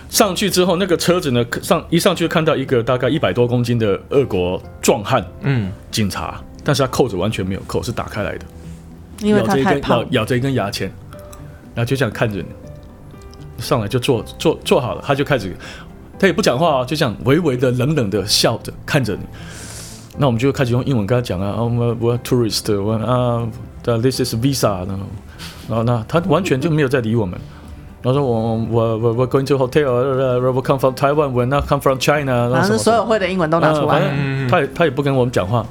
Speaker 7: 上去之后，那个车子呢，上一上去看到一个大概一百多公斤的俄国壮汉
Speaker 1: 嗯，
Speaker 7: 警察，但是他扣子完全没有扣，是打开来的，
Speaker 5: 因为
Speaker 7: 咬
Speaker 5: 他
Speaker 7: 着一
Speaker 5: 太
Speaker 7: 根
Speaker 5: 胖
Speaker 7: 咬，咬着一根牙签，然后就这样看着你，上来就坐坐坐好了，他就开始，他也不讲话啊，就这样微微的冷冷的笑着看着你。那我们就开始用英文跟他讲啊，我们我 tourist，我啊，the- this is visa，然后然后那他完全就没有在理我们。然后说我我我我 going to hotel，呃 we come from Taiwan，we not come from China，
Speaker 5: 然后
Speaker 7: 什么
Speaker 5: 是所有会的英文都拿出
Speaker 7: 呃反
Speaker 5: 来，嗯
Speaker 7: 正他也他也不跟我们讲话，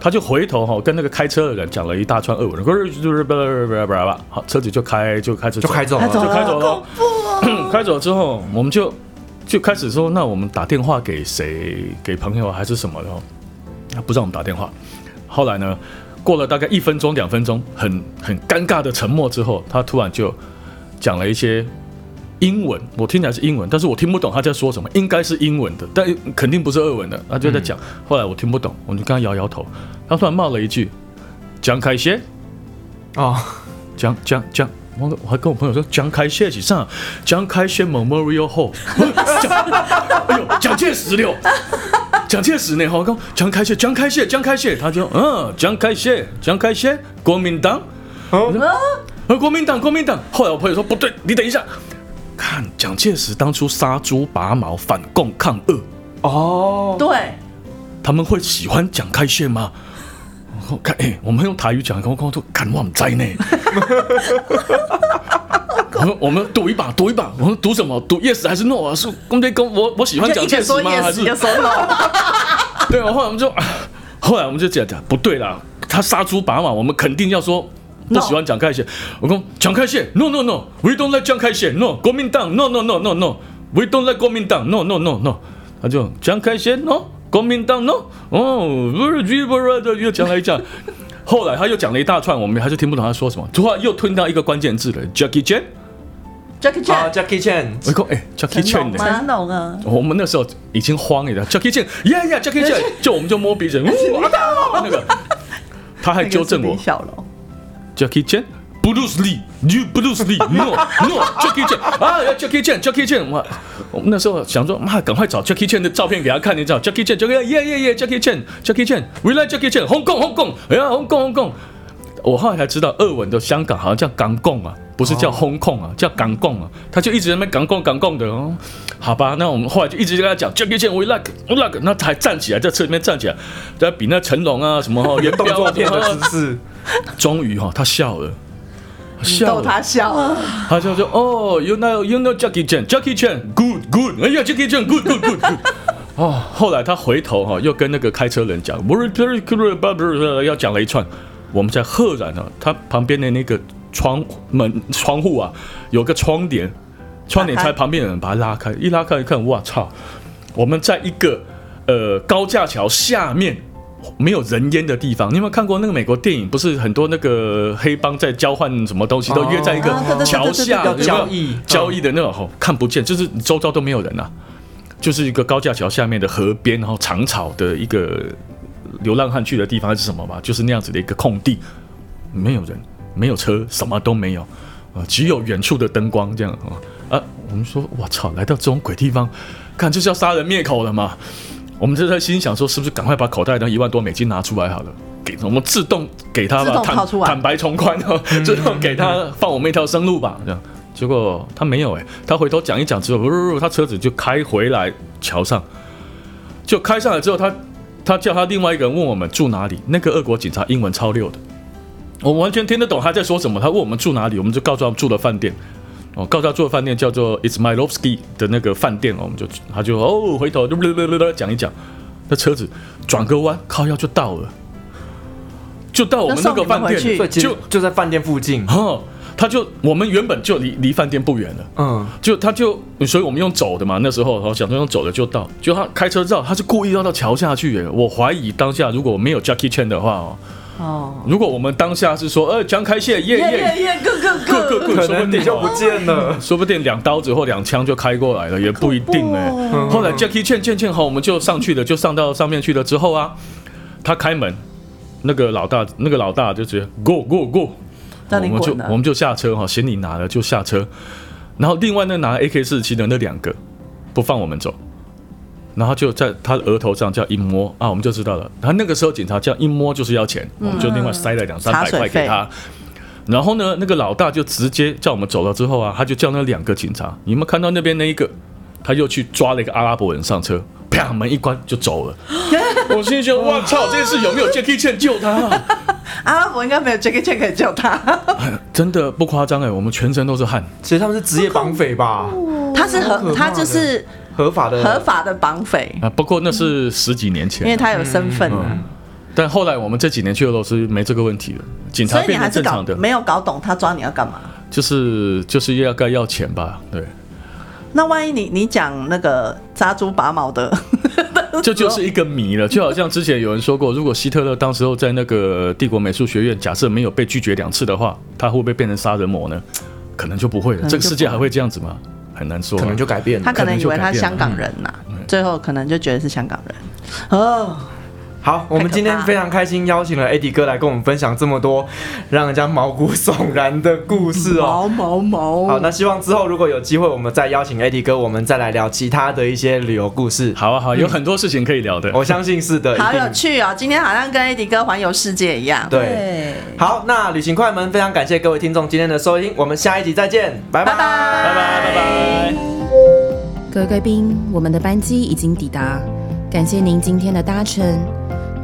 Speaker 7: 他就回头哈、跟那个开车的人讲了一大串俄文，就是就是巴拉巴拉巴拉巴拉，好，车子就开就开始
Speaker 8: 就开走
Speaker 5: 他走
Speaker 8: 了。
Speaker 7: 就开走了， 开走之后我们就就开始说，那我们打电话给谁？给朋友还是什么的哦？他不让我们打电话。后来呢，过了大概一分钟两分钟，很很尴尬的沉默之后，他突然就讲了一些英文，我听起来是英文，但是我听不懂他在说什么，应该是英文的，但肯定不是俄文的。他就在讲，后来我听不懂，我就跟他摇摇头。他突然冒了一句：“蒋凯先。”
Speaker 8: 哦，
Speaker 7: 讲讲讲，我我还跟我朋友说蒋开谢起上蒋开谢 Memorial Hall，蒋哎呦蒋介石了，蒋介石呢？我讲蒋开谢蒋开谢蒋开谢，他就嗯蒋开谢蒋开谢国民党，我说呃国民党国民党。后来我朋友说不对，你等一下，看蒋介石当初杀猪拔毛反共抗俄，
Speaker 8: 哦，
Speaker 5: 对，
Speaker 7: 他们会喜欢蒋开谢吗？我看，哎、我们用台语讲，我刚说，看我们在呢。 我们我们赌一把，赌一把，我们赌什么？赌 yes 还是 no 啊？是公对公，我我喜欢
Speaker 5: 就
Speaker 7: 蒋
Speaker 5: 一
Speaker 7: 介
Speaker 5: 个
Speaker 7: 石
Speaker 5: 说
Speaker 7: 吗？还
Speaker 5: yes，
Speaker 7: 是
Speaker 5: 一个说 no，
Speaker 7: 对？啊后来我们就， 后来我们就讲讲，不对啦，他杀猪拔马，我们肯定要说不
Speaker 5: No
Speaker 7: 喜欢蒋开谢。我讲蒋开谢，no no no，we don't like 蒋开谢，no 国民党，no no no no no，we don't like 国民党，no no no no，他就蒋开谢，no 国民党，no，哦，不是不是不是，又讲了一讲。后来他又讲了一大串，我们还是听不懂他说什么。突然又吞到一个关键字了，Jackie Chan。
Speaker 5: Jackie
Speaker 8: 啊
Speaker 1: 哦
Speaker 5: Chan，
Speaker 8: ，Jackie Chan，
Speaker 7: 我讲哎，Jackie Chan 呢？
Speaker 6: 成龙
Speaker 5: 嗯
Speaker 6: 啊，
Speaker 7: 我们那时候已经慌了，Jackie Chan，yeah yeah，Jackie Chan，就我们就摸鼻子，呜，啊那个，他还纠正
Speaker 5: 那
Speaker 7: 我
Speaker 5: 个是李小龙，
Speaker 7: ，Jackie Chan，Bruce Lee，you Bruce Lee，no no，Jackie Chan，啊，Jackie Chan，Jackie Chan，我我们那时候想说，妈，赶快找 Jackie Chan 的照片给他看，你知道，Jackie Chan，Jackie Chan，yeah E. yeah yeah，Jackie Chan，Jackie Chan，we E. like Jackie Chan，Hong Kong，Hong Kong，哎呀，Hong Kong，Hong Kong。我后来才知道，俄文的香港好像叫港共啊，不
Speaker 8: 哦
Speaker 7: 是叫轰控啊，叫港共啊。他就一直在那边港共港共的哦。好吧，那我们后来就一直跟他讲 Jackie Chan we like we like，那他还站起来在车里面站起来，在比那成龙啊什么 哦，袁
Speaker 8: 动
Speaker 7: 彪
Speaker 8: 作
Speaker 7: 啊
Speaker 8: 片
Speaker 7: 什么
Speaker 8: 的
Speaker 7: 哦
Speaker 8: 姿势，
Speaker 7: 终于哈、哦，他笑了，笑
Speaker 5: 嗯逗
Speaker 7: 了，
Speaker 5: 他笑，
Speaker 7: 他就说哦，you know you know Jackie Chan，Jackie Chan，good good，哎呀，Jackie Chan，good good good good。哦，后来他回头哈、又跟那个开车人讲，不是不是不是不是，要讲了一串，我们才赫然啊，他旁边的那个窗门窗户啊，有个窗帘，窗帘
Speaker 5: 打开
Speaker 7: 才旁边有人把它拉开，一拉开一看，哇操，我们在一个呃高架桥下面。没有人烟的地方，你有没有看过那个美国电影？不是很多那个黑帮在交换什么东西，都约在一个
Speaker 6: 哦对对对对
Speaker 7: 桥下
Speaker 8: 对对对
Speaker 7: 有没有
Speaker 8: 交易
Speaker 7: 交易的那种，吼看不见，就是周遭都没有人啊，就是一个高架桥下面的河边，然后长草的一个流浪汉去的地方还是什么吧，就是那样子的一个空地，没有人，没有车，什么都没有，啊，只有远处的灯光这样啊。啊，我们说，我操，来到这种鬼地方，看就是要杀人灭口了嘛。我们就在心想说，是不是赶快把口袋那一万多美金拿出来好了？给我们自动给他
Speaker 5: 自
Speaker 7: 吧，
Speaker 5: 动
Speaker 7: 坦
Speaker 5: 掏出来
Speaker 7: 坦白从宽哦，自动给他放我们一条生路吧。这样，结果他没有哎、他回头讲一讲之后，不不不，他车子就开回来桥上，就开上来之后，他他叫他另外一个人问我们住哪里，那个俄国警察英文超溜的，我完全听得懂他在说什么。他问我们住哪里，我们就告诉他们住的饭店。哦，告诉他住的饭店叫做 It's My Lovsky 的那个饭店，哦我们就他就哦回头就讲一讲，那车子转个弯靠腰就到了，就到我们那个饭
Speaker 5: 那送你们
Speaker 7: 店
Speaker 8: 所
Speaker 7: 了，
Speaker 8: 以其实
Speaker 7: 就
Speaker 8: 就在饭店附近。
Speaker 7: 哦，他就我们原本就离离饭店不远了。
Speaker 8: 嗯，
Speaker 7: 就他就，所以我们用走的嘛，那时候哦，想说用走的就到，就他开车绕，他是故意绕到桥下去耶。我怀疑当下如果没有 Jackie Chan 的话哦，
Speaker 5: 哦，
Speaker 7: 如果我们当下是说，呃，蒋开谢，耶
Speaker 5: 耶耶
Speaker 7: 耶，
Speaker 5: 耶，各
Speaker 7: 各
Speaker 5: 各
Speaker 7: 各
Speaker 1: 嗯
Speaker 5: 各，
Speaker 7: 各，
Speaker 8: 可
Speaker 7: 说不
Speaker 8: 能
Speaker 7: 定
Speaker 8: 你就不
Speaker 7: 哦
Speaker 8: 见了。
Speaker 7: 说不定两刀子或两枪就开过来了，也不一定哎、
Speaker 8: 嗯
Speaker 7: 后来 Jackie Chan 渐渐好，我们就上去了，就上到上面去了之后啊，他开门，那个老大那个老大就直接 Go Go Go，
Speaker 5: 让你
Speaker 7: 我们就
Speaker 5: 滚啊了
Speaker 7: 我们就下车哈，行李拿了就下车，然后另外那拿 AK 四七的那两个不放我们走，然后就在他的额头上这样一摸啊，我们就知道了。他那个时候警察这样一摸就是要钱，我们就另外塞了两三百
Speaker 5: 茶水
Speaker 7: 块给他。然后呢，那个老大就直接叫我们走了之后啊，他就叫那两个警察，你们看到那边那一个，他又去抓了一个阿拉伯人上车，啪门一关就走了。我心里想，哇操，这件事有没有 Jackie Chan 救他啊？
Speaker 5: 阿拉伯应该没有 Jackie Chan 可以 救他，
Speaker 7: 真的不夸张哎，我们全身都是汗。
Speaker 1: 其实他们是职业绑匪吧？
Speaker 5: 他是
Speaker 1: 好可
Speaker 5: 合
Speaker 1: 怕
Speaker 5: 他
Speaker 1: 的
Speaker 5: 就是
Speaker 1: 哦合法的，
Speaker 5: 合法的绑匪，
Speaker 7: 啊，不过那是十几年
Speaker 5: 因为
Speaker 7: 前，
Speaker 5: 他有
Speaker 1: 嗯
Speaker 5: 身份
Speaker 7: 嗯
Speaker 5: 啊，
Speaker 7: 但后来我们这几年去俄罗斯没这个问题了，警察
Speaker 5: 所以你
Speaker 7: 变
Speaker 5: 还
Speaker 7: 成
Speaker 5: 是
Speaker 7: 正
Speaker 5: 搞
Speaker 7: 常的，
Speaker 5: 没有搞懂他抓你要干嘛。
Speaker 7: 就是就是要该要钱吧，对，
Speaker 5: 那万一你你讲那个扎猪拔毛的，
Speaker 7: 嗯
Speaker 5: 呃
Speaker 7: 这
Speaker 5: 哦
Speaker 7: 就是一个谜了。就好像之前有人说过，如果希特勒当时候在那个帝国美术学院，假设没有被拒绝两次的话，他会不会变成杀人魔呢？可能就不会了。
Speaker 5: 能
Speaker 7: 这个
Speaker 5: 就
Speaker 7: 世界
Speaker 5: 不会
Speaker 7: 还会这样子吗？很难说啊、
Speaker 1: 可能就改变
Speaker 5: 他
Speaker 1: 了。
Speaker 5: 可能以为
Speaker 7: 可能就改
Speaker 5: 他
Speaker 7: 变了嗯
Speaker 5: 香港人呐、最后可能就觉得是香港人。哦，
Speaker 1: 好，我们今天非常开心，邀请了 AD 哥来跟我们分享这么多让人家毛骨悚然的故事哦。
Speaker 5: 毛毛毛。
Speaker 1: 好，那希望之后如果有机会，我们再邀请 AD 哥，我们再来聊其他的一些旅游故事。
Speaker 7: 好啊，好，有很多事情可以聊的。
Speaker 1: 我相信是的，
Speaker 5: 好
Speaker 1: 一定
Speaker 5: 有趣哦！今天好像跟 AD 哥环游世界一样。
Speaker 1: 对，好，那旅行快门非常感谢各位听众今天的收听，我们下一集再见，拜拜。
Speaker 7: 拜拜拜拜。
Speaker 4: 各位贵宾，我们的班机已经抵达，感谢您今天的搭乘。